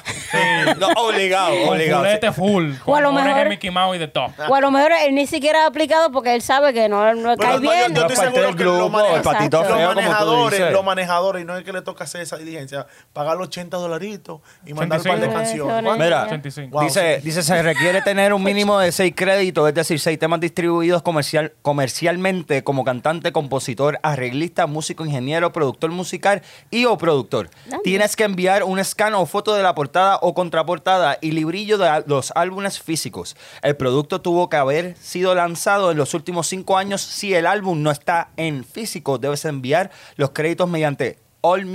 No, obligado,
con
obligado.
fulete full. Con
a lo
colores
mejor-
de Mickey Mouse y de top.
O a lo mejor él ni siquiera ha aplicado porque él sabe que no, no
Bueno,
cae
no, yo-
bien.
No
yo estoy
es parte
seguro
del
que lo
grupo,
maneja-
el patito
Exacto.
los
feo, como tú
manejadores,
dices.
los manejadores, y no es que le toca hacer esa diligencia, pagar los 80 dolaritos y mandar un par de
85.
canciones.
Eso no-
Mira,
85.
Wow,
dice, dice, se requiere tener un mínimo de seis créditos, es decir, seis temas distribuidos comercial, comercialmente como cantante, compositor, arreglista, músico, ingeniero, productor musical y o productor.
Dale.
Tienes que enviar un scan o foto de la portada o contraportada y librillo de a- los álbumes físicos. El producto tuvo que haber sido lanzado en los últimos cinco años. Si el álbum no está en físico, debes enviar los créditos mediante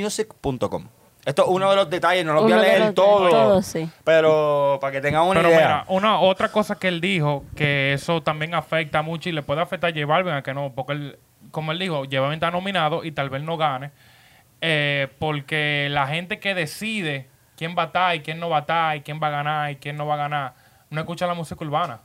allmusic.com. Esto es uno de los detalles, no los voy a
Uno de
leer
los
todo.
detalles, sí.
Pero para que tengan una
Pero mira,
idea.
una otra cosa que él dijo, que eso también afecta mucho y le puede afectar a J Balvin, a que no, porque él, como él dijo, J Balvin está nominado y tal vez no gane, eh, porque la gente que decide quién va a estar y quién no va a estar y quién va a ganar y quién no va a ganar, no escucha la música urbana.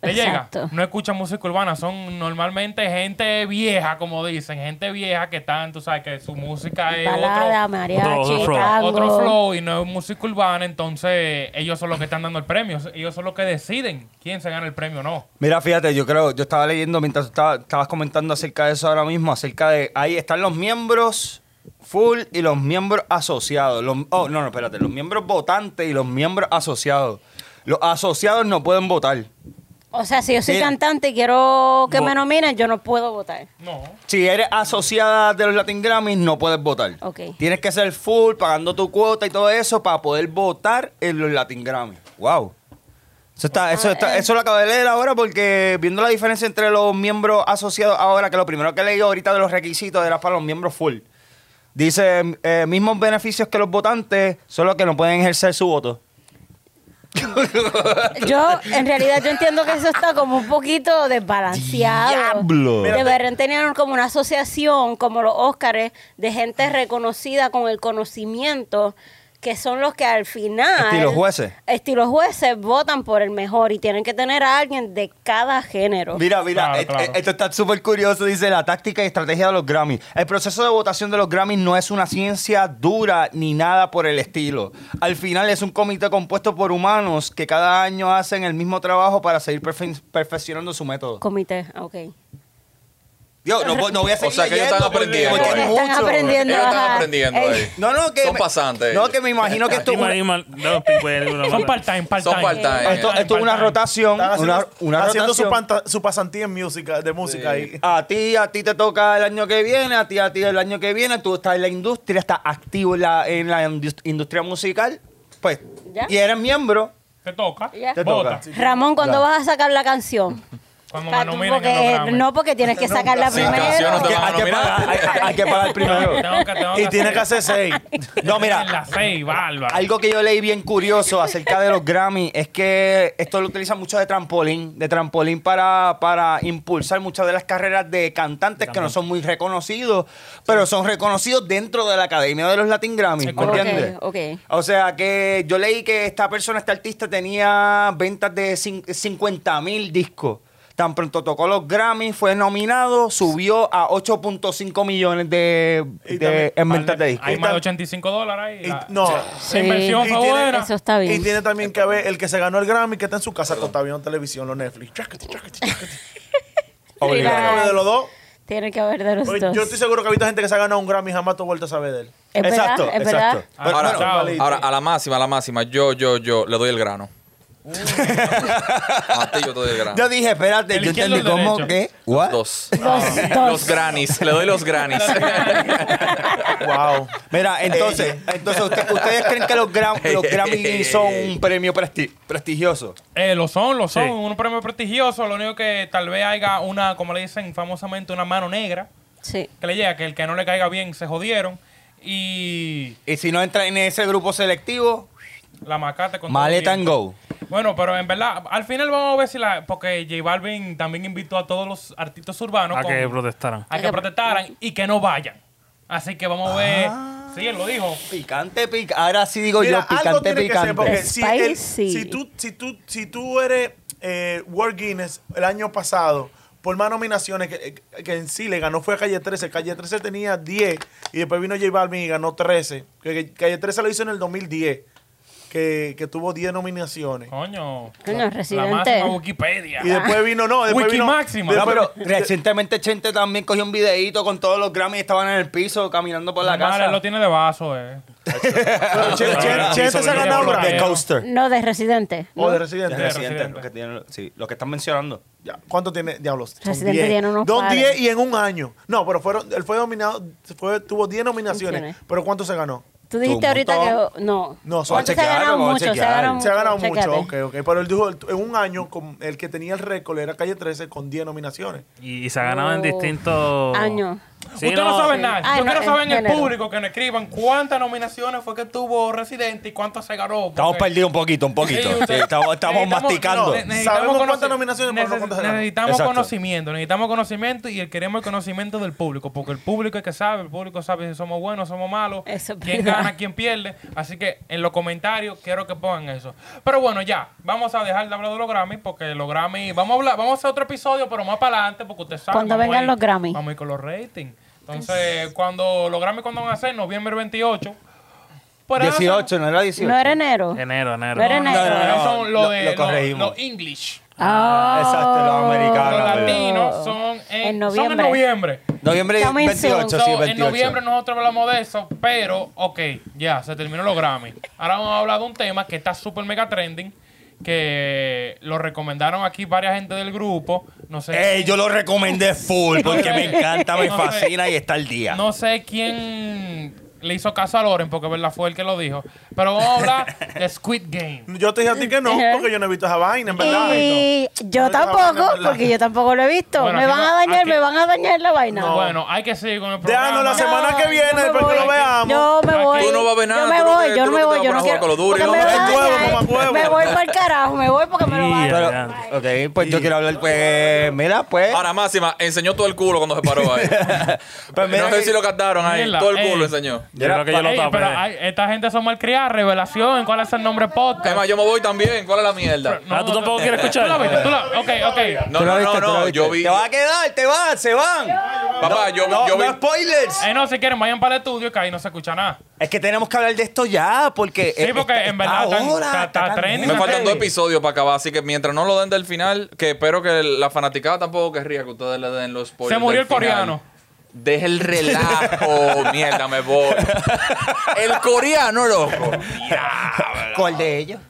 Te llega,
Exacto.
no escucha música urbana, son normalmente gente vieja, como dicen, gente vieja que están, tú sabes, que su música es otro,
Balada,
otro
mariachi,
flow.
tango.
otro flow y no es música urbana, entonces ellos son los que están dando el premio. Ellos son los que deciden quién se gana el premio o no.
Mira, fíjate, yo creo, yo estaba leyendo mientras tú estaba- estabas comentando acerca de eso ahora mismo, acerca de ahí están los miembros full y los miembros asociados. Los- oh, no, no, espérate, los miembros votantes y los miembros asociados. Los asociados no pueden votar.
O sea, si yo soy
Mira.
cantante y quiero que
Vo-
me nominen, yo no puedo votar.
No.
Si eres asociada de los Latin Grammys, no puedes votar.
Ok.
Tienes que ser full, pagando tu cuota y todo eso para poder votar en los Latin Grammys. Wow. Eso, está, eso, está, eso lo acabo de leer ahora porque viendo la diferencia entre los miembros asociados ahora, que lo primero que leí ahorita de los requisitos era para los miembros full. Dice, eh, mismos beneficios que los votantes, solo que no pueden ejercer su voto.
Yo, en realidad, yo entiendo que eso está como un poquito desbalanceado.
¡Diablo!
Deberían tener como una asociación, como los Óscares, de gente reconocida con el conocimiento, que son los que al final...
Estilo jueces.
Estilo jueces votan por el mejor y tienen que tener a alguien de cada género.
Mira, mira,
Claro,
et-
claro.
et- esto está súper curioso. Dice la táctica y estrategia de los Grammys. El proceso de votación de los Grammys no es una ciencia dura ni nada por el estilo. Al final es un comité compuesto por humanos que cada año hacen el mismo trabajo para seguir perfe- perfeccionando su método.
Comité, ok.
Yo no, vo- no voy a seguir
O sea, que ellos
leyendo
están aprendiendo.
porque- porque es
Están
mucho.
aprendiendo.
Ellos están
ajá.
aprendiendo
Ey,
ahí.
No, no, que
Son
me-
pasantes
No,
ellos.
que me imagino que esto es
Ima-
una-
ima- no, people, bla, bla,
Son
bla.
part-time, part-time.
Son part-time.
esto- esto es una rotación.
Están haciendo,
Una, una
haciendo su,
rotación.
panta- su pasantía en música, de música ahí.
A ti, a ti te toca el año que viene, a ti, a ti el año que viene, tú estás en la industria, estás activo en la, en la indus- industria musical, pues,
¿Ya?
y eres miembro.
Te toca.
Ya.
Te
Vota.
toca.
Ramón, ¿cuándo vas a sacar la canción?
Cuando
Pa-
me
tú,
nominen en
porque-
los Grammys.
no, porque tienes que sacarla
Sin canción no te
primero.
van a
hay, que
nominar.
pagar, hay, hay- hay que pagar primero.
Tengo que- tengo
Y tiene que hacer seis.
No,
En
mira,
las seis, bárbaro.
algo que yo leí bien curioso acerca de los Grammy es que esto lo utilizan mucho de trampolín, de trampolín para, para impulsar muchas de las carreras de cantantes que no son muy reconocidos, pero son reconocidos dentro de la Academia de los Latin Grammy, ¿me
correcto.
entiendes?
Ok, ok.
O sea que yo leí que esta persona, este artista, tenía ventas de 50 mil discos. Tan pronto tocó los Grammy, fue nominado, subió a 8.5 millones de,
Y
de-
también-
en ventas de discos.
Hay más de
tal-
85 dólares.
Y-
ahí. Ah, La-
no. eh,
La inversión
Sí.
fue
Y tiene-
buena.
Eso está
Y
bien.
tiene también que ver el que se ganó el Grammy que está en su casa con está viendo televisión, los Netflix. Chácate, chácate, chácate.
Obligado.
Tiene que haber de los dos.
Tiene que haber de los
Oye,
dos.
Yo estoy seguro que ha habido gente que se ha ganado un Grammy y jamás tú has vuelto a saber de él.
Es verdad,
exacto,
es verdad.
exacto.
Ah,
Ahora,
bueno,
ahora, ahora, a la máxima, a la máxima, yo, yo, yo, le doy el grano. a ti yo te doy el grano.
Yo dije, espérate,
¿El
yo
izquierdo
entendí
o el
cómo que.
derecho?
¿What?
Dos.
Los
Los
dos.
granis, le doy los granis.
Wow.
Mira, entonces, entonces ¿usted- ustedes creen que los, Gram- los Grammy son un premio presti- prestigioso.
Eh, lo son, lo son.
Sí.
Un premio prestigioso. Lo único que tal vez haya una, como le dicen famosamente, una mano negra
Sí.
que le llega, que el que no le caiga bien se jodieron. Y
Y si no entra en ese grupo selectivo,
la macate con todo
maleta and
bien.
go.
Bueno, pero en verdad, al final vamos a ver si la. Porque J Balvin también invitó a todos los artistas urbanos
A que
con-
protestaran.
a que protestaran y que no vayan. Así que vamos a ver. Sí, él lo dijo.
Picante, picante. Ahora sí digo
Mira,
yo,
algo
picante,
tiene que ser, porque
picante.
si, el-
Spicy.
si tú, si, tú, si tú eres eh, World Guinness el año pasado, por más nominaciones que, eh, que en sí le ganó fue a Calle 13. Calle 13 tenía 10 y después vino J Balvin y ganó 13. Que- que Calle 13 lo hizo en el 2010, que, que tuvo 10 nominaciones.
Oh, Coño.
Coño,
La
Residente.
máxima Wikipedia.
Y después vino, no, después
Wiki
vino...
máxima.
No,
después-
pero recientemente Chente también cogió un videíto con todos los Grammys estaban en el piso caminando por la
Mamá,
casa.
él lo tiene de vaso, eh.
pero Che- Che-
Ah,
Chente se ha
sobre-
ganado
sobre-
Grammy.
de Coaster.
No, Oh, de residente.
O de
De
Residente.
Residente, los que tienen- sí, los que están mencionando.
Ya, ¿Cuánto tiene? Diablos. son
Residente
10.
tiene unos
Don
pares.
10 y en un año. No, pero fueron, él fue dominado, fue- tuvo 10 nominaciones.
Nominaciones.
Pero ¿cuánto se ganó?
Tú dijiste
Un
ahorita
montón.
que no.
No,
Porque
vamos
se
a
ha
chequear,
ganado
vamos a
mucho, se
chequear.
ha ganado mucho.
Se ha ganado
chécate.
mucho, ok, ok. Pero él dijo, en un año, con el que tenía el récord era Calle 13 con 10 nominaciones.
Y, y se ha ganado en
Oh.
distintos
Año.
Sí,
Usted no, sabe
sí.
nada.
Ay,
Yo
no,
quiero saber en el
en género.
público que nos escriban cuántas nominaciones fue que tuvo Residente y cuántas se ganó.
Estamos
porque-
perdidos un poquito, un poquito.
Sí, usted-
Sí, estamos estamos
necesitamos-
masticando.
no, ne- necesitamos
Sabemos cuántas
conocer-
nominaciones, pero no
neces-
cuántas se ganaron.
Necesitamos
Exacto.
conocimiento, necesitamos conocimiento y queremos el conocimiento del público, porque el público es que sabe, el público sabe si somos buenos, somos malos,
Eso es
quién
verdad.
gana, quién pierde. Así que en los comentarios quiero que pongan eso. Pero bueno, ya, vamos a dejar de hablar de los Grammy, porque los Grammy, vamos a hablar, vamos a hacer otro episodio, pero más para adelante, porque usted sabe.
Cuando
vamos a
vengan
ir-
los Grammy.
Vamos a ir con los ratings. Entonces, cuando los Grammy, cuando van a ser? Noviembre 28. Por ahora-
18, no era 18.
No era enero.
Enero, enero.
No era
no,
enero.
no, no,
no,
son
lo-
lo de
lo
lo-
corregimos. Ah,
lo English.
Ah,
Exacto, los americanos.
Los
¿verdad?
latinos son en,
En
son en
noviembre.
noviembre.
Noviembre
Coming
28,
soon.
sí,
So,
28.
en noviembre nosotros hablamos de eso, pero ok, ya, se terminó los Grammy. Ahora vamos a hablar de un tema que está súper mega trending, que lo recomendaron aquí varias gente del grupo. No sé,
Ey, yo lo recomendé full porque me encanta, me
No sé.
fascina y está al día.
no sé quién le hizo caso a Loren, porque verdad fue el que lo dijo. Pero vamos a hablar de Squid Game.
Yo te dije a ti que no, porque yo no he visto esa vaina, en verdad.
Y yo
No, no,
tampoco,
no, no.
porque yo tampoco lo he visto.
Bueno,
me
aquí
van
no-
a dañar,
aquí-
me van a dañar la vaina.
Bueno, hay que seguir con el programa.
Déjanos la semana que viene,
yo me
después que lo
voy.
veamos.
Yo me
Aquí
voy.
tú
no vas a ver nada,
Yo
tú
me
no te-
voy, yo
tú
no
no
me
te
voy,
vas
yo
a
no
jugar
quiero.
con los duros,
porque
no,
me
no,
van a
es huevo,
dañar.
mamá, huevo.
Me voy para el carajo, me voy porque me lo van a
Ya,
Pero,
ya.
ok, pues yo quiero hablar, pues, mira, pues.
Ahora máxima, enseñó todo el culo cuando se paró ahí.
Pues mira
no sé
que-
si lo captaron ahí.
Mira,
todo el
ey.
culo enseñó.
Yo creo que yo lo
Ey,
tapé.
pero hay- esta gente son malcriadas, revelación, ¿cuál es el nombre podcast?
Emma, yo me voy también. ¿Cuál es la mierda?
Ah, ¿tú tampoco quieres escuchar?
Tú la viste, tú la- Ok, ok.
No,
¿Tú lo
no, no,
viste? ¿Tú lo
no.
viste?
Yo vi.
Te vas a quedar, te vas, se van.
Papá, yo,
no,
yo
no
vi.
spoilers.
Eh, no, si quieren, vayan para el estudio que ahí no se escucha nada.
Es que tenemos que hablar de esto ya, porque.
Sí, porque en verdad están- está- está trending.
Me faltan
Sí.
dos episodios para acabar, así que mientras no lo den del final, que espero que la fanaticada tampoco querría que ustedes le den los spoilers.
Se murió
del
el coreano.
final. Deja el relajo, mierda, me voy. El coreano, loco.
¿Cuál de ellos?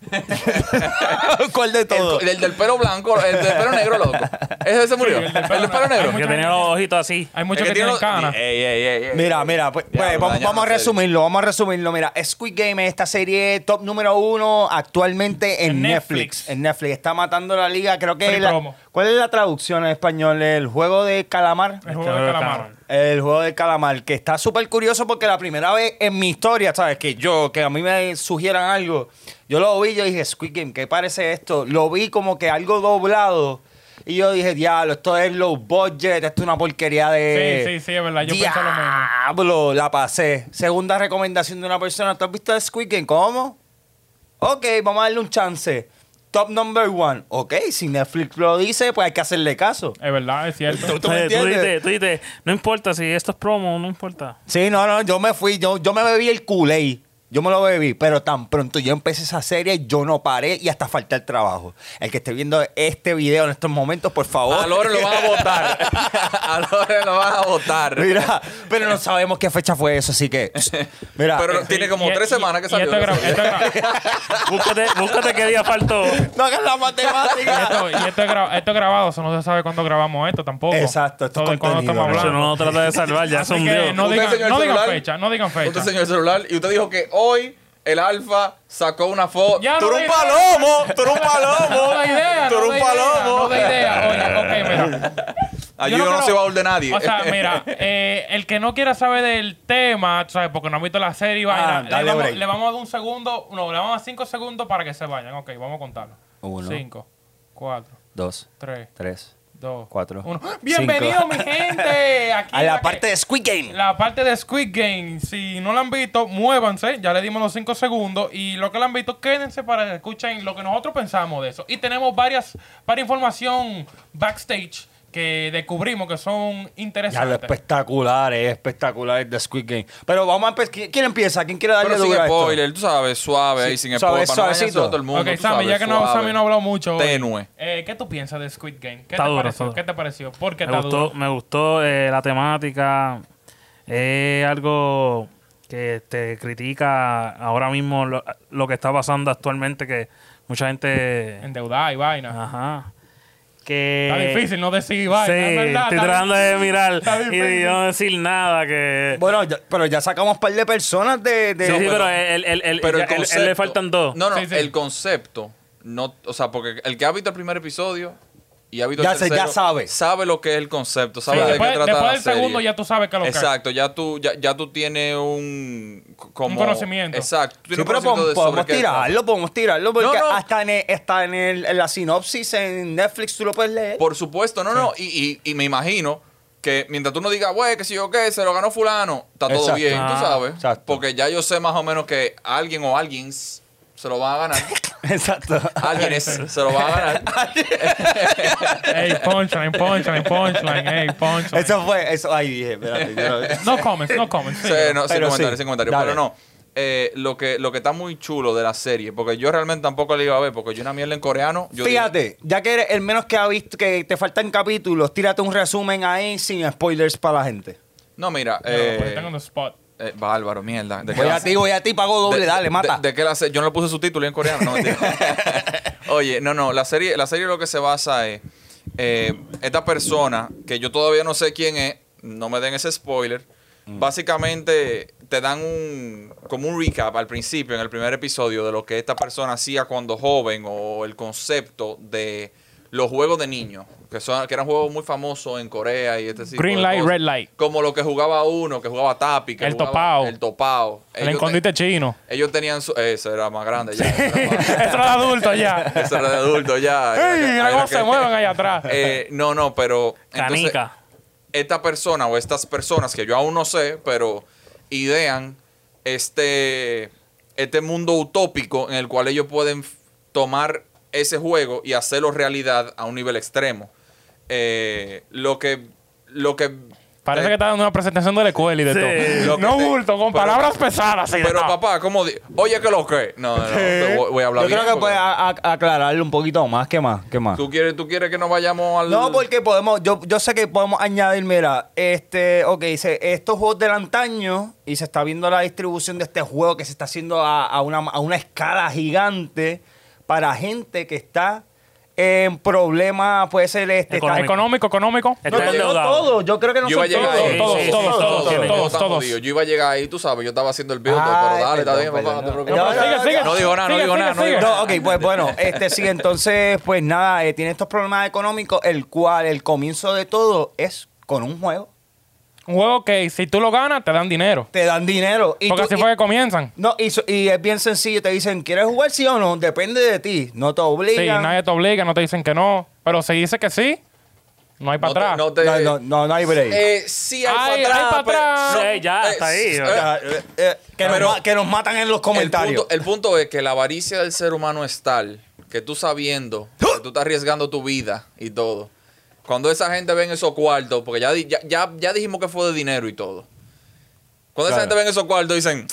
¿Cuál de todos?
El, el del pelo blanco, el del pelo negro, loco. Ese se murió.
Sí,
el del pelo, negro.
Yo tenía los ojitos así.
Hay
El
muchos
que
que, tienen
los- eh,
canas.
Ey, ey, ey, ey.
Mira, mira, pues,
Ya,
pues,
lo
vamos,
dañaron
vamos a
en serio.
resumirlo, vamos a resumirlo. Mira, Squid Game es esta serie top número uno actualmente en
En
Netflix.
Netflix.
En Netflix está matando la liga, creo que
Free
la-
promo.
¿Cuál es la traducción en español? El juego de calamar.
El juego de calamar.
El juego del calamar, que está súper curioso porque la primera vez en mi historia, ¿sabes? Que yo, que a mí me sugieran algo, yo lo vi, yo dije, Squid Game, ¿qué parece esto? Lo vi como que algo doblado. Y yo dije, diablo, esto es low budget, esto es una porquería de...
Sí, sí, sí, es verdad, yo pensé lo mismo.
Diablo, la pasé. Segunda recomendación de una persona, ¿tú has visto Squid Game? ¿Cómo? Ok, vamos a darle un chance. Top number one. Ok, si Netflix lo dice, pues hay que hacerle caso.
Es verdad, es cierto.
me
Eh, tú
entiendes?
dices, tú dices, no importa si esto es promo, no importa.
Sí, no, no, yo me fui, yo, yo me bebí el culé. Yo me lo bebí, pero tan pronto yo empecé esa serie, yo no paré y hasta falté el trabajo. El que esté viendo este video en estos momentos, por favor.
A Loren lo van a votar. A Loren lo van a votar.
Mira, pero no sabemos qué fecha fue eso, así que. Mira.
Pero tiene como
Y- e-
tres
y-
semanas que
y
salió.
esto gra- esto gra-
Búscate, búscate qué día faltó.
no hagas la matemática.
esto- y esto es gra- esto es grabado, eso no se sabe cuándo grabamos esto tampoco.
Exacto, esto es
Todo de cuándo
contenido,
estamos
¿no?
Eso
hablando.
no lo trata de salvar, ya se
Así que
hundió.
no
Usted
digan,
enseñó el
no digan
celular.
fecha, no digan fecha.
Usted Este señor el celular y usted dijo que hoy el Alfa sacó una foto.
Ya
Tú
lo
eres un
dije.
palomo, tú eres un palomo.
No da idea,
Tú
no
eres
da
un
idea,
palomo.
no da idea. Oye, ok, mira.
Ayuda
Yo
Ah, no,
creo-
se va a volver nadie.
O sea, mira, eh, el que no quiera saber del tema, tú ¿sabes? Porque no ha visto la serie y vaina,
Ah,
le,
dale
vamos,
break.
le vamos a dar un segundo, no, le vamos a dar cinco
Oh,
segundos para que se vayan. Ok, vamos a contarlo.
Uno.
Cinco, cuatro,
Dos,
tres,
tres,
dos,
Cuatro.
uno.
Cinco.
Bienvenido, mi gente. Aquí
A la
que-
parte de Squid Game.
La parte de Squid Game, si no la han visto, muévanse, ya le dimos los 5 segundos y lo que la han visto, quédense para que escuchen lo que nosotros pensamos de eso. Y tenemos varias, para información backstage que descubrimos que son
Ya lo
interesantes.
espectacular, es espectacular el de Squid Game. Pero vamos a empezar. ¿Qui- ¿Quién empieza? ¿Quién quiere darle
Pero sin
duro a esto?
spoiler, tú sabes, suave
Sí,
y sin spoiler.
suave,
Para no dañárselo
suavecito.
a todo el mundo.
ok,
tú
Sammy,
sabes,
ya que no,
suave.
Sammy no ha hablado mucho. hoy,
Tenue.
eh, ¿Qué tú piensas de Squid Game? ¿Qué
Está
te
duro,
pareció?
está duro.
¿Qué te pareció? ¿Por qué
Me
está
gustó,
duro?
me gustó eh, la temática. Es algo que te critica ahora mismo lo, lo que está pasando actualmente, que mucha gente...
Endeudada y vaina.
Ajá. Que...
está difícil no decir
sí,
vaina, es verdad,
estoy
está
tratando de mirar
Está
y de
difícil.
no decir nada que...
Bueno, ya- pero ya sacamos un par de personas de. de-
sí, sí, pero, el, el, el-
Pero
ya-
el
el- él
concepto.
le faltan dos.
No, no,
Sí, sí.
el concepto. No, o sea, porque el que ha visto el primer episodio y ha visto
Ya
el
se- ya
tercero,
sabe.
Sabe lo que es el concepto,
Sí,
sabe de
después,
qué trata
después
la
del
serie.
segundo ya tú sabes que lo que
Exacto, ya tú, ya, ya tú tienes un, c- como,
conocimiento.
Exacto. tú
Sí,
tienes un
pero
conocimiento de
pon-
sobre
podemos
qué-
tirarlo, podemos tirarlo, porque
No, no.
hasta, en, el- hasta en, el- en la sinopsis en Netflix tú lo puedes leer.
Por supuesto, no, no. Y, y, y me imagino que mientras tú no digas, güey, que si yo qué, se lo ganó fulano, está todo
Exacto.
bien,
Ah,
tú sabes.
exacto.
Porque ya yo sé más o menos que alguien o alguien se lo va a ganar.
Exacto.
alguien es- se lo va a ganar.
Ey, punchline, punchline, punchline, ey, punchline.
eso fue, eso. Ay, dije, espérate. yo-
No comments, no comments.
Sí,
sigue.
no, sin
Pero
comentarios,
sí,
sin comentarios.
dale.
Pero no. eh, lo, que, lo que está muy chulo de la serie, porque yo realmente tampoco la iba a ver, porque yo una mierda en coreano. Yo dije,
Fíjate, ya que eres el menos que ha visto que te faltan capítulos, tírate un resumen ahí sin spoilers para la gente.
no, mira,
No,
eh,
porque tengo un spot.
eh, bárbaro, mierda. ¿De qué
Voy
la-
a ti, voy a ti, pago doble,
de-
dale,
de-
mata.
de qué la se- Yo no le puse subtítulo en coreano. No, mentira. Oye, no, no. La serie, la serie lo que se basa es eh, esta persona que yo todavía no sé quién es. No me den ese spoiler.
Mm.
Básicamente te dan un como un recap al principio en el primer episodio de lo que esta persona hacía cuando joven o el concepto de los juegos de niños que son que eran juegos muy famosos en Corea y este tipo
Green
de
light,
cosas.
red light.
como lo que jugaba uno que jugaba tapi que
El
jugaba-
topao.
el topao
El
Ellos te-
escondite chino.
ellos tenían su. Ese era más grande ya. Ese era, más-
Eso era adulto ya.
ese era de adulto ya. Era que-
¡Ey!
era
Algo
que-
se mueven allá atrás.
Eh, no, no, pero. entonces,
Canica.
esta persona o estas personas que yo aún no sé, pero idean este, este mundo utópico en el cual ellos pueden f- tomar ese juego y hacerlo realidad a un nivel extremo. Eh, lo que. Lo que.
Parece
eh,
que está dando una presentación de la escuela y de
Sí.
Lo
todo.
que
No
te-
bulto, con
pero-
palabras pesadas. así de
Pero
todo.
papá, ¿cómo? di- Oye, que lo que? No, no, no, te voy, voy a hablar
Yo creo
bien, porque
que puedes a- a- aclararlo un poquito más. ¿Qué más? ¿Qué más?
¿Tú quieres, ¿Tú quieres que nos vayamos al.?
No, pues porque podemos, yo, yo sé que podemos añadir, mira, este, ok, dice, estos juegos del antaño, y se está viendo la distribución de este juego que se está haciendo a, a una, a una escala gigante para gente que está en problemas, puede ser este, está-
Económico.
Económico, económico.
Está
no, no, no
endeudado.
todo, yo creo que no
yo iba a
son
llegar
todos,
ahí.
todos,
Sí, sí,
todos,
sí,
todos,
tiene que
todos,
votar
todos.
jodido. Yo iba a llegar ahí, tú sabes, yo estaba haciendo el build up,
Ay,
pero dale, está
perdón,
bien, papá, no te
perdón.
preocupes.
No, pero sigue, sigue.
No digo nada, no
Sigue,
digo
sigue,
nada, no
sigue.
digo
No,
nada.
ok, pues bueno, este sí, entonces, pues nada, eh, tiene estos problemas económicos, el cual el comienzo de todo es con un juego.
Un juego que si tú lo ganas, te dan dinero.
Te dan dinero. Y
Porque
tú-
así
y-
fue que comienzan.
No, y, so- y es bien sencillo. Te dicen, ¿quieres jugar sí o no? Depende de ti. No te
Sí,
obligan.
nadie te obliga, no te dicen que no. Pero si dice que sí, no hay para
No te-
atrás.
no te-
no, no, no, no hay break.
Eh, sí, hay
Ay,
para
hay
atrás.
pa'
pero-
atrás.
no,
Sí, ya,
eh,
hasta ahí,
eh,
o
Ya, eh, eh, que, nos
Pero-
ma- que nos matan en los
el,
comentarios.
punto, el punto es que la avaricia del ser humano es tal que tú sabiendo que tú estás arriesgando tu vida y todo. Cuando esa gente ve en esos cuartos, porque ya, di- ya, ya, ya dijimos que fue de dinero y todo. Cuando esa gente ve en esos cuartos, dicen.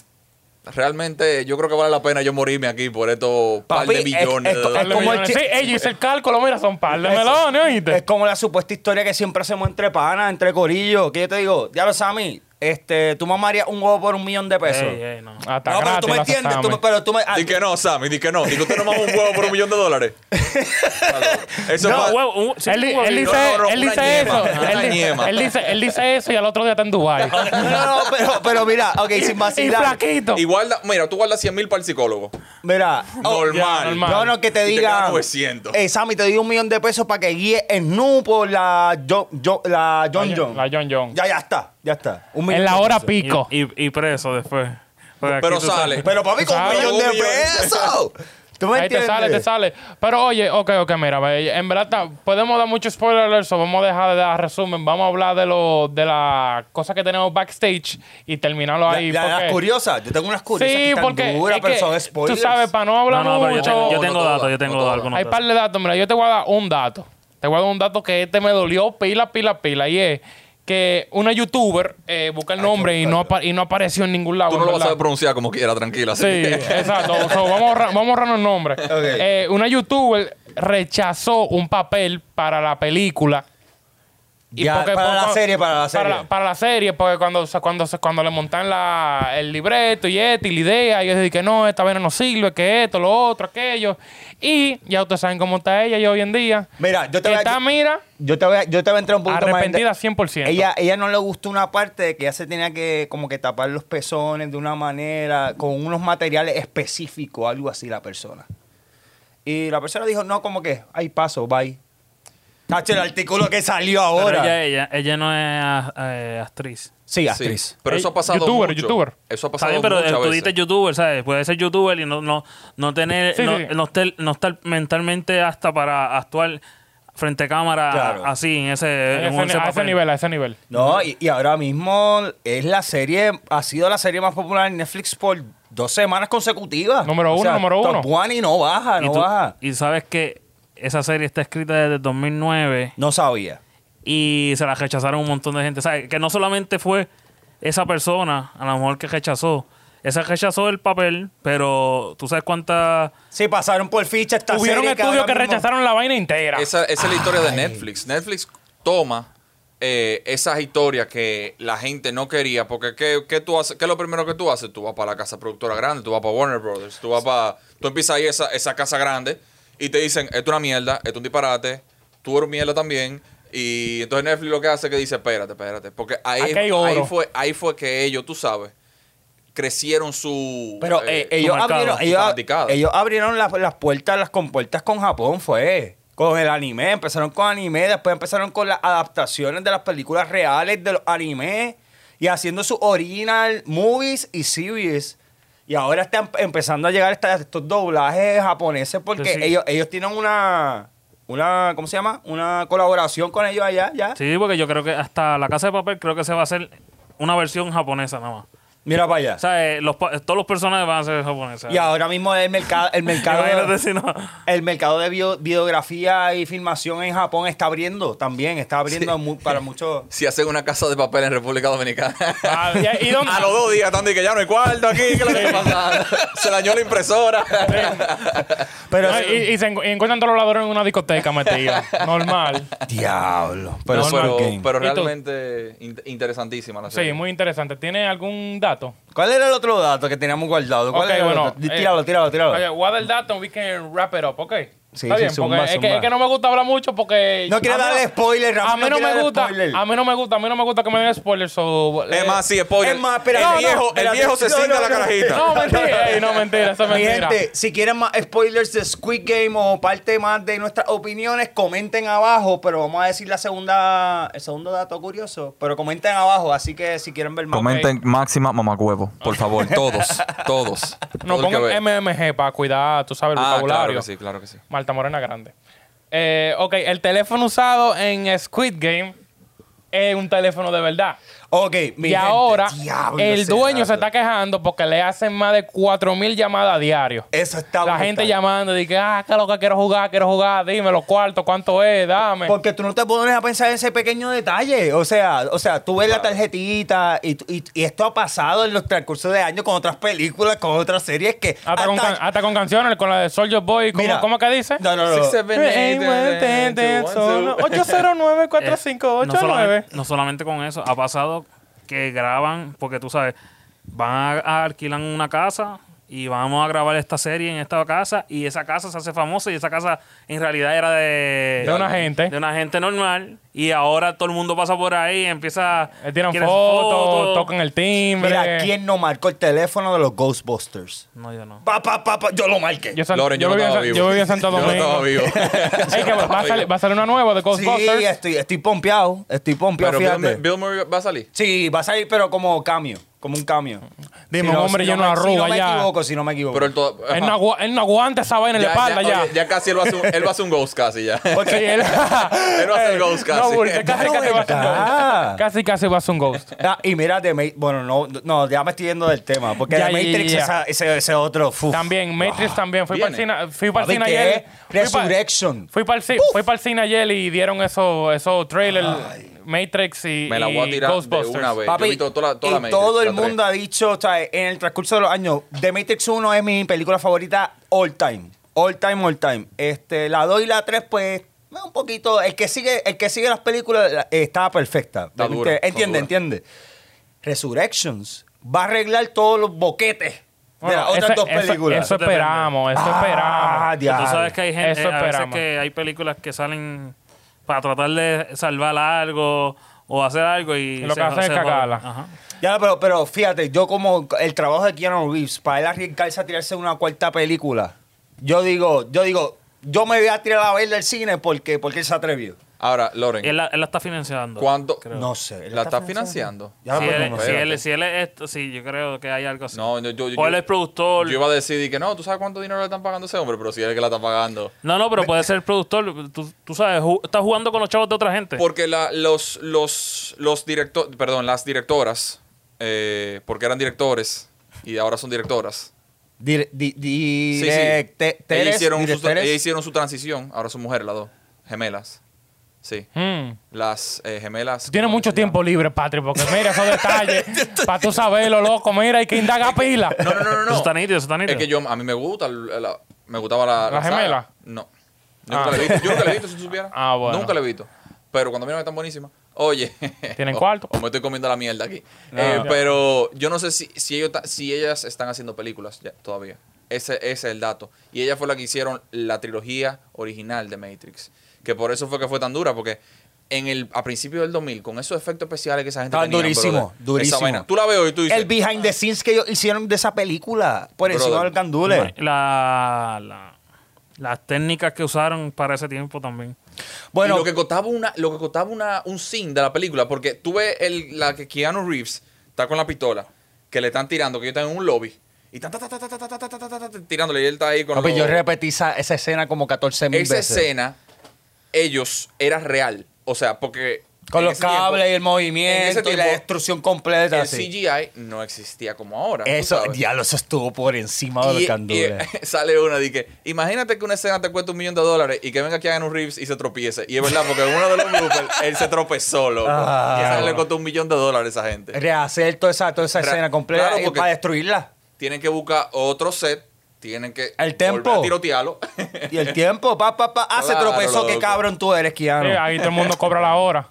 Realmente, yo creo que vale la pena yo morirme aquí por estos par
Papi,
de
es-
billones.
es-
de
es
dólares".
Par de
como el
millones.
chi-
Sí, ella hizo el cálculo, mira, son par de
Eso-
melones, ¿oíste?
Es como la supuesta historia que siempre hacemos entre panas, entre corillos. Que yo te digo, ya lo Sammy, este, tú mamarías un huevo por un millón de pesos.
Ey, ey, no.
Hasta
No, pero
gratis
tú me
las
entiendes. tú me-
examen.
pero tú me- ah,
Di que no, Sammy, di que no. Di que usted no mama un huevo por un millón de dólares. Eso
No,
es pa-
huevo, un- sí,
él,
un
él
huevito.
dice,
No, no, no,
él
una
dice
ñema,
eso.
una
Él, di-
ñema.
él dice, él dice eso y al otro día está en Dubai.
No, no, no, pero, pero mira, ok, sin
y
vacilar.
flaquito.
Y guarda, mira, tú guardas 100 mil para el psicólogo.
Mira,
normal.
ya, normal.
No, no, que te
Y te
diga.
quedan 900.
Eh, Sammy, te doy un millón de pesos para que guíe en nu por la, Jo- Jo- la John
La-
John.
la John John.
Ya, ya está, ya está. Un millón
en la
de
hora
pesos.
Y-
pico.
Y, y preso después. Porque aquí
Pero
tú
sale.
Pero papi, con un
Claro,
millón
un
de
millón.
pesos. ¿Tú me
Ahí te sale, te
entiendes?
sale. Pero oye, ok, ok, mira, ve, en verdad está- podemos dar mucho spoiler alert, so vamos a dejar de dar resumen, vamos a hablar de lo, de las cosas que tenemos backstage y terminarlo
La-
ahí.
la-
porque-
las curiosas. Yo tengo unas curiosas que
sí,
están
porque
duras,
es
pero
que,
son spoilers.
tú sabes, para no hablar
No, no, pero yo
mucho,
tengo, yo
no
tengo
todas,
datos, yo
no
tengo
todas.
algunos
hay
datos.
par de datos. Mira, yo te voy a dar un dato. Te voy a dar un dato que este me dolió pila, pila, pila. Y es que una youtuber eh, busca el
Ay, qué
nombre y no,
brutal.
apa- y no apareció en ningún lado.
Tú no
en
lo vas a
verdad.
saber pronunciar como quiera, tranquila. así
Sí,
que-
exacto. O sea, vamos, a ahorrar, vamos a ahorrarnos el nombre. Eh, una youtuber rechazó un papel para la película.
Ya,
porque-
para la
porque-
serie, para la serie.
Para la, para la serie, porque cuando, o sea, cuando, se- cuando le montan la, el libreto y esto y la idea, ellos dicen que no, esta vaina no sirve, que esto, lo otro, aquello. Y ya ustedes saben cómo está ella yo hoy en día.
Mira, yo te
Que
voy a-
Está, mira,
Yo te voy a, yo te voy a entrar un poquito
arrepentida
más. en de-
100%.
Ella, ella no le gustó una parte de que ella se tenía que como que tapar los pezones de una manera, con unos materiales específicos, algo así la persona. Y la persona dijo, no, como que, ahí paso, bye. Cacho, el artículo que salió
Pero
ahora.
ella, ella, ella no es ah, eh, actriz.
Sí,
Sí,
actriz.
Pero eso
Ey,
ha pasado
youtuber,
mucho.
youtuber.
Eso ha
Está
pasado
bien, pero eh,
muchas
tú
veces.
dices youtuber, ¿sabes? Puede ser youtuber y no, no, no tener,
Sí,
no,
sí, sí.
no estar, no estar mentalmente hasta para actuar frente a cámara
Claro.
así, en ese,
a
en
ese-
ese
a ese
papel.
nivel, a ese nivel.
No, y, y ahora mismo es la serie, ha sido la serie más popular en Netflix por dos semanas consecutivas.
Número uno, número uno.
Top One y no
Ah,
baja,
Y,
no
tú-
baja.
y sabes que esa serie está escrita desde el 2009
No sabía.
y se la rechazaron un montón de gente. ¿Sabes? Que no solamente fue esa persona, a lo mejor que rechazó. Esa rechazó el papel, pero tú sabes cuántas...
Sí, pasaron por ficha esta
Hubieron
serie.
estudios que
ahora mismo-
rechazaron la vaina entera.
Esa, esa es la historia de Netflix. Netflix toma eh, esas historias que la gente no quería. Porque ¿qué, qué tú haces? ¿Qué es lo primero que tú haces? Tú vas para la casa productora grande, tú vas para Warner Brothers, tú vas para... Tú empiezas ahí esa, esa casa grande y te dicen, esto es una mierda, esto es un disparate, tú eres mierda también. Y entonces Netflix lo que hace es que dice, espérate, espérate. Porque ahí,
Aquí hay oro.
ahí, fue, ahí fue que ellos, tú sabes, crecieron su...
Pero eh,
eh,
ellos,
marcado,
abrieron,
su
ellos,
fanaticada.
ellos abrieron las, las puertas, las compuertas con Japón, fue. Con el anime, empezaron con anime, después empezaron con las adaptaciones de las películas reales de los animes y haciendo sus original movies y series. Y ahora están em, empezando a llegar esta- estos doblajes japoneses porque
Sí.
ellos, ellos tienen una, una, ¿cómo se llama? Una colaboración con ellos allá, ya.
Sí, porque yo creo que hasta La Casa de Papel creo que se va a hacer una versión japonesa nada más.
Mira para allá.
O sea, eh, los, pa- todos los personajes van a ser japoneses.
y ahora mismo el mercado, el mercado.
Imagínate si no.
El mercado de bio- videografía y filmación en Japón está abriendo también, está abriendo mu- para muchos.
Si hacen una casa de papel en República Dominicana.
Ah, y- y dónde-
A los dos días están de que ya no hay cuarto aquí. ¿Qué es lo que pasa? Se dañó la impresora.
Pero
No,
sí-
y, y se encu- y encuentran todos los ladrones en una discoteca metidos. Normal.
diablo, pero,
No,
es
pero,
un game.
pero
¿Y tú?
realmente in- interesantísima la serie.
Sí, muy interesante. ¿Tiene algún dato?
¿Cuál era el otro dato que teníamos guardado? ¿Cuál
Ok,
era el
bueno,
otro? Di-
eh,
Tíralo, tíralo, tíralo.
Oye, voy a dar el dato, we can wrap it up, ¿ok?
Sí,
Está
sí,
bien,
zumba,
porque es que,
zumba.
es que no me gusta hablar mucho porque...
No quiere
a mí
darle spoiler, Rafa,
A mí
no
no,
quiere
me
darle
gusta,
spoiler.
a mí no me gusta, a mí no me gusta que me den spoilers. so,
Es
eh,
más, sí, spoiler.
Es más,
el
espérate. No, no,
viejo, el
espérate.
viejo se
No,
cinta
no,
la
no.
carajita.
No, mentira, ey, no, mentira, eso es
Mi
mentira.
gente, si quieren más spoilers de Squid Game o parte más de nuestras opiniones, comenten abajo, pero vamos a decir la segunda, el segundo dato curioso, pero comenten abajo, así que si quieren ver más. pues,
Comenten máxima mamacuevo, por favor. Todos, todos.
No
Todo el que ve.
pongan MMG para cuidar, tú sabes, el
Ah, claro
vocabulario.
que sí, claro que sí.
Malta Morena Grande. Eh, ok, el teléfono usado en Squid Game es un teléfono de verdad.
Ok, mi
y
gente,
ahora
diablo,
el
ese
dueño
dato.
se está quejando porque le hacen más de 4.000 llamadas diario.
Eso está
La
brutal.
gente llamando, dice, ah, que lo que quiero jugar, quiero jugar, dime los cuartos, cuánto es, dame.
Porque tú no te pones a pensar en ese pequeño detalle. O sea, o sea tú ves la tarjetita y, tú- y- y esto ha pasado en los transcurso de años con otras películas, con otras series que.
hasta, con Ah, can- hasta con canciones, con la de Soldier Boy, ¿cómo,
Mira.
¿cómo que dice?
No, no, no.
Eh, eh, eh, eh, eh, solo- 809
Eh, no,
4589
solamente, no solamente con eso, ha pasado que graban, porque tú sabes, van a, alquilar una casa y vamos a grabar esta serie en esta casa y esa casa se hace famosa y esa casa en realidad era de...
De una gente.
De una gente normal y ahora todo el mundo pasa por ahí y empieza...
Eh, Tiran
quiere
fotos,
fotos.
tocan el timbre.
Mira, ¿quién no marcó el teléfono de los Ghostbusters?
No, yo no.
Pa, pa, pa, pa, yo lo marqué.
Yo, san-
Loren,
yo
yo, no
viví en
estaba
San-
vivo.
yo viví en Santo Domingo.
Yo no estaba vivo.
Ey, que va, a salir, va a salir una nueva de
sí,
Ghostbusters.
estoy, estoy pompeado. Estoy pompeado,
Pero Bill,
fíjate.
Murray- Bill Murray va a salir.
Sí, va a salir, pero como cambio. como un cambio.
Dime, un hombre lleno de
Si no
arruga
me
ya.
equivoco, si no me equivoco.
Pero él, to-
Él no, agu- él no aguanta esa vaina en la espalda ya.
oye, ya casi él va, a hacer un, él va a hacer un ghost casi ya.
Sí, él,
Él va a hacer ghost
eh, No,
casi.
porque
No,
casi, casi va a hacer
¿verdad?
ghost. Casi, casi va a hacer un ghost.
Ah, y mira, The Ma- bueno, no, no, ya me estoy yendo del tema, porque
Ya,
The
ya, ya,
Matrix,
ya.
esa- ese, ese otro... uf.
También, Matrix también. Fui para el
viene.
cine, fui para el
Papi,
cine
¿qué?
ayer. Fui pa-
Resurrection.
Fui para el, ci- fui para el cine ayer y dieron esos esos trailers, Matrix y,
Me la voy a
y
tirar de
Ghostbusters.
una vez. Pues, Yo
Papi,
vi to- toda la- toda
y
la Matrix,
todo el
la tres.
mundo ha dicho, o sea, en el transcurso de los años, The Matrix 1 es mi película favorita all time. All time, all time. Este, la 2 y la 3, pues, eh, un poquito. El que sigue, el que sigue las películas la- eh, está perfecta.
Está dura, está dura.
entiende, entiende. Resurrections va a arreglar todos los boquetes de
Bueno,
las otras
ese-
dos
eso-
películas.
Eso,
Eso
esperamos, eso
Ah,
esperamos.
Que
diablo.
Tú sabes que hay gente,
Eso
a veces
esperamos.
que hay películas que salen para tratar de salvar algo o hacer algo y
Lo que hacen es
joden.
cagarla.
Ajá.
Ya, pero, pero fíjate, yo como el trabajo de Keanu Reeves, para él arriesgarse a tirarse una cuarta película, yo digo, yo digo, yo me voy a tirar a ver del cine porque, porque él se atrevió.
Ahora, Loren,
Él, la, él la está financiando.
¿cuánto?
No sé.
¿La está financiando?
Ya,
si,
pues,
él,
no
si
sé.
él- si él es esto, sí, yo creo que hay algo así.
No, yo- yo-
o él
yo-
es productor.
Yo iba a decir y que no, ¿tú sabes cuánto dinero le están pagando a ese hombre? Pero si él es el que la está pagando.
No, no, pero puede ser productor. Tú, tú sabes, ju- estás jugando con los chavos de otra gente.
Porque la- los, los, los directores, perdón, las directoras, eh, porque eran directores y ahora son directoras.
Dire- di-
Sí, sí.
directe-
Ellas
teres,
hicieron, su,
directeres.
ellas hicieron su transición, ahora son mujeres las dos, gemelas. Sí,
Mm.
las eh, gemelas.
Tú tienes mucho tiempo libre, Patrick, porque mira esos detalles. para tú saberlo, loco, mira, hay que indagar pila.
No, no, no, no. no.
Eso está nítido, eso está
Es
nítido.
que yo, a mí me gusta, la- la- me gustaba la.
¿La
saga.
gemela?
No. Yo nunca la he visto, yo nunca la he visto, si tú supieras.
Ah, bueno.
Nunca la he visto. Pero cuando miran que están buenísimas. Oye.
¿Tienen
o-
cuarto? Ah,
O me estoy comiendo la mierda aquí. Eh, pero yo no sé si, si, ellos, ta- si ellas están haciendo películas ya- todavía. Ese, ese es el dato. Y ella fue la que hicieron la trilogía original de Matrix. Que por eso fue que fue tan dura, porque en el, a principios del 2000, con esos efectos especiales que esa gente
Estaban
tenía,
durísimo,
brother, esa
durísimo.
vaina. Tú la ves hoy y tú dices...
El behind the scenes que ellos hicieron de esa película por encima
Brother.
del candule.
La- la- las técnicas que usaron para ese tiempo también.
Bueno,
Y lo que costaba una, lo que costaba una, un scene de la película, porque tú ves el, la que Keanu Reeves está con la pistola, que le están tirando, que ellos están en un lobby, y están ta, ta, ta, ta, ta, ta, ta, ta, ta, ta, ta, ta, tirándole, y él está ahí con
papi,
los-
pues yo repetí esa, esa escena como 14 mil
Esa
veces.
escena, ellos, era real. O sea, porque...
Con
en
los
ese tiempo,
cables y el
en ese
movimiento y la
tiempo,
destrucción completa.
El
así.
CGI no existía como ahora. tú
Eso,
sabes.
diablo, eso estuvo por encima
Y-
del
y-
candule.
sale una de que imagínate que una escena te cuesta un millón de dólares y que venga aquí Keanu Reeves y se tropiece y es verdad porque en uno de los bloopers él se tropezó loco
Ah.
y esa le costó un millón de dólares a esa gente
Rehacer toda esa, toda esa
Ra-
escena completa
claro,
y
porque-
para destruirla.
tienen que buscar otro set tienen que
El tempo.
volver a tirotearlo
Y el tiempo, pa, pa, pa, hace
Claro,
tropezó,
loco.
qué cabrón tú eres, Keanu.
Sí, ahí todo el mundo cobra la hora.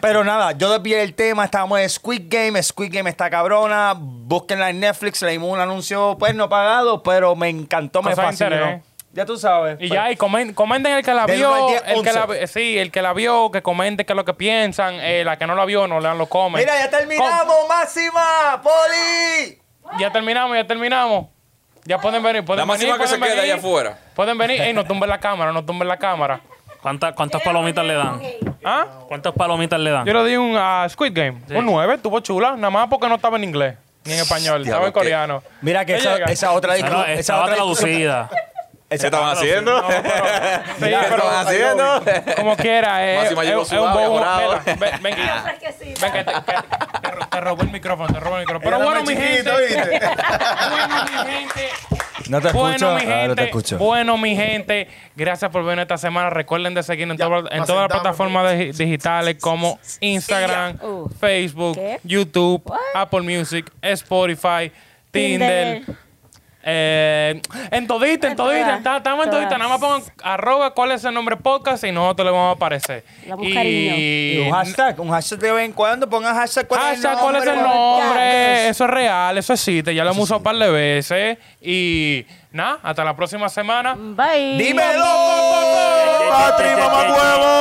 Pero nada, yo desvié el tema, estábamos en Squid Game, Squid Game está cabrona, búsquenla en Netflix, le dimos un anuncio, pues no pagado, pero me encantó, me
Cosa de
fascinó.
interés.
Ya tú sabes. pues.
Y ya, y comen- comenten el que la
Del uno al
vio,
diez,
el que la,
once.
vi- sí, el que la vio, que comente qué es lo que piensan, eh, la que no la vio, no lean los comments.
Mira, ya terminamos, máxima, poli.
Com- ya terminamos, ya terminamos. Ya pueden venir, pueden
la máxima
venir,
que se
pueden
queda allá
venir.
afuera
Pueden venir, ey, no tumben la cámara, no tumben la cámara.
¿Cuántas, cuántas palomitas le dan?
¿Ah?
¿Cuántas palomitas le dan?
Yo le di un a Squid Game, un 9, estuvo chula, nada más porque no estaba en inglés, ni en español, estaba en
Diablo, qué-
coreano.
Mira que
Ya
esa,
llega.
esa otra
Ah, no,
discusión.
estaba traducida.
¿qué estaban haciendo?
Sí,
¿qué
pero-
estaban haciendo?
Como quiera, eh,
Máxima
es,
llegó
es un
sudado y
bobo.
ajorado.
Mira, Ven, ven,
Yo
que-
fresquecita.
ven que te, que- te ro- te robó el micrófono, te robó el micrófono. Pero
Era
bueno,
más
mi gente.
chiquito, ¿viste?
Bueno, mi gente.
No te
bueno,
escucho.
mi
Ah,
gente.
no te escucho.
Bueno, mi gente. Gracias por venir esta semana. Recuerden de seguirnos en,
Ya,
todas- en
más
todas las
sentado,
plataformas digi- digitales como Instagram,
Uh.
Facebook,
¿Qué?
YouTube,
What?
Apple Music, Spotify, Tinder.
Tinder.
Eh, en todita, en todita,
En todas,
está- estamos en todita.
todas.
Nada más pongan arroba cuál es el nombre podcast y nosotros le vamos a aparecer.
Damos
Y,
cariño.
Y un hashtag, un hashtag de vez en cuando, pongan hashtag cuál es el
Hashtag, Ah, ¿cuál es el
nombre?
nombre? Eso es real, eso existe. Ya lo hemos usado un par de veces. Y nada, hasta la próxima semana.
Bye.
Dímelo,
Patri, mamá huevo.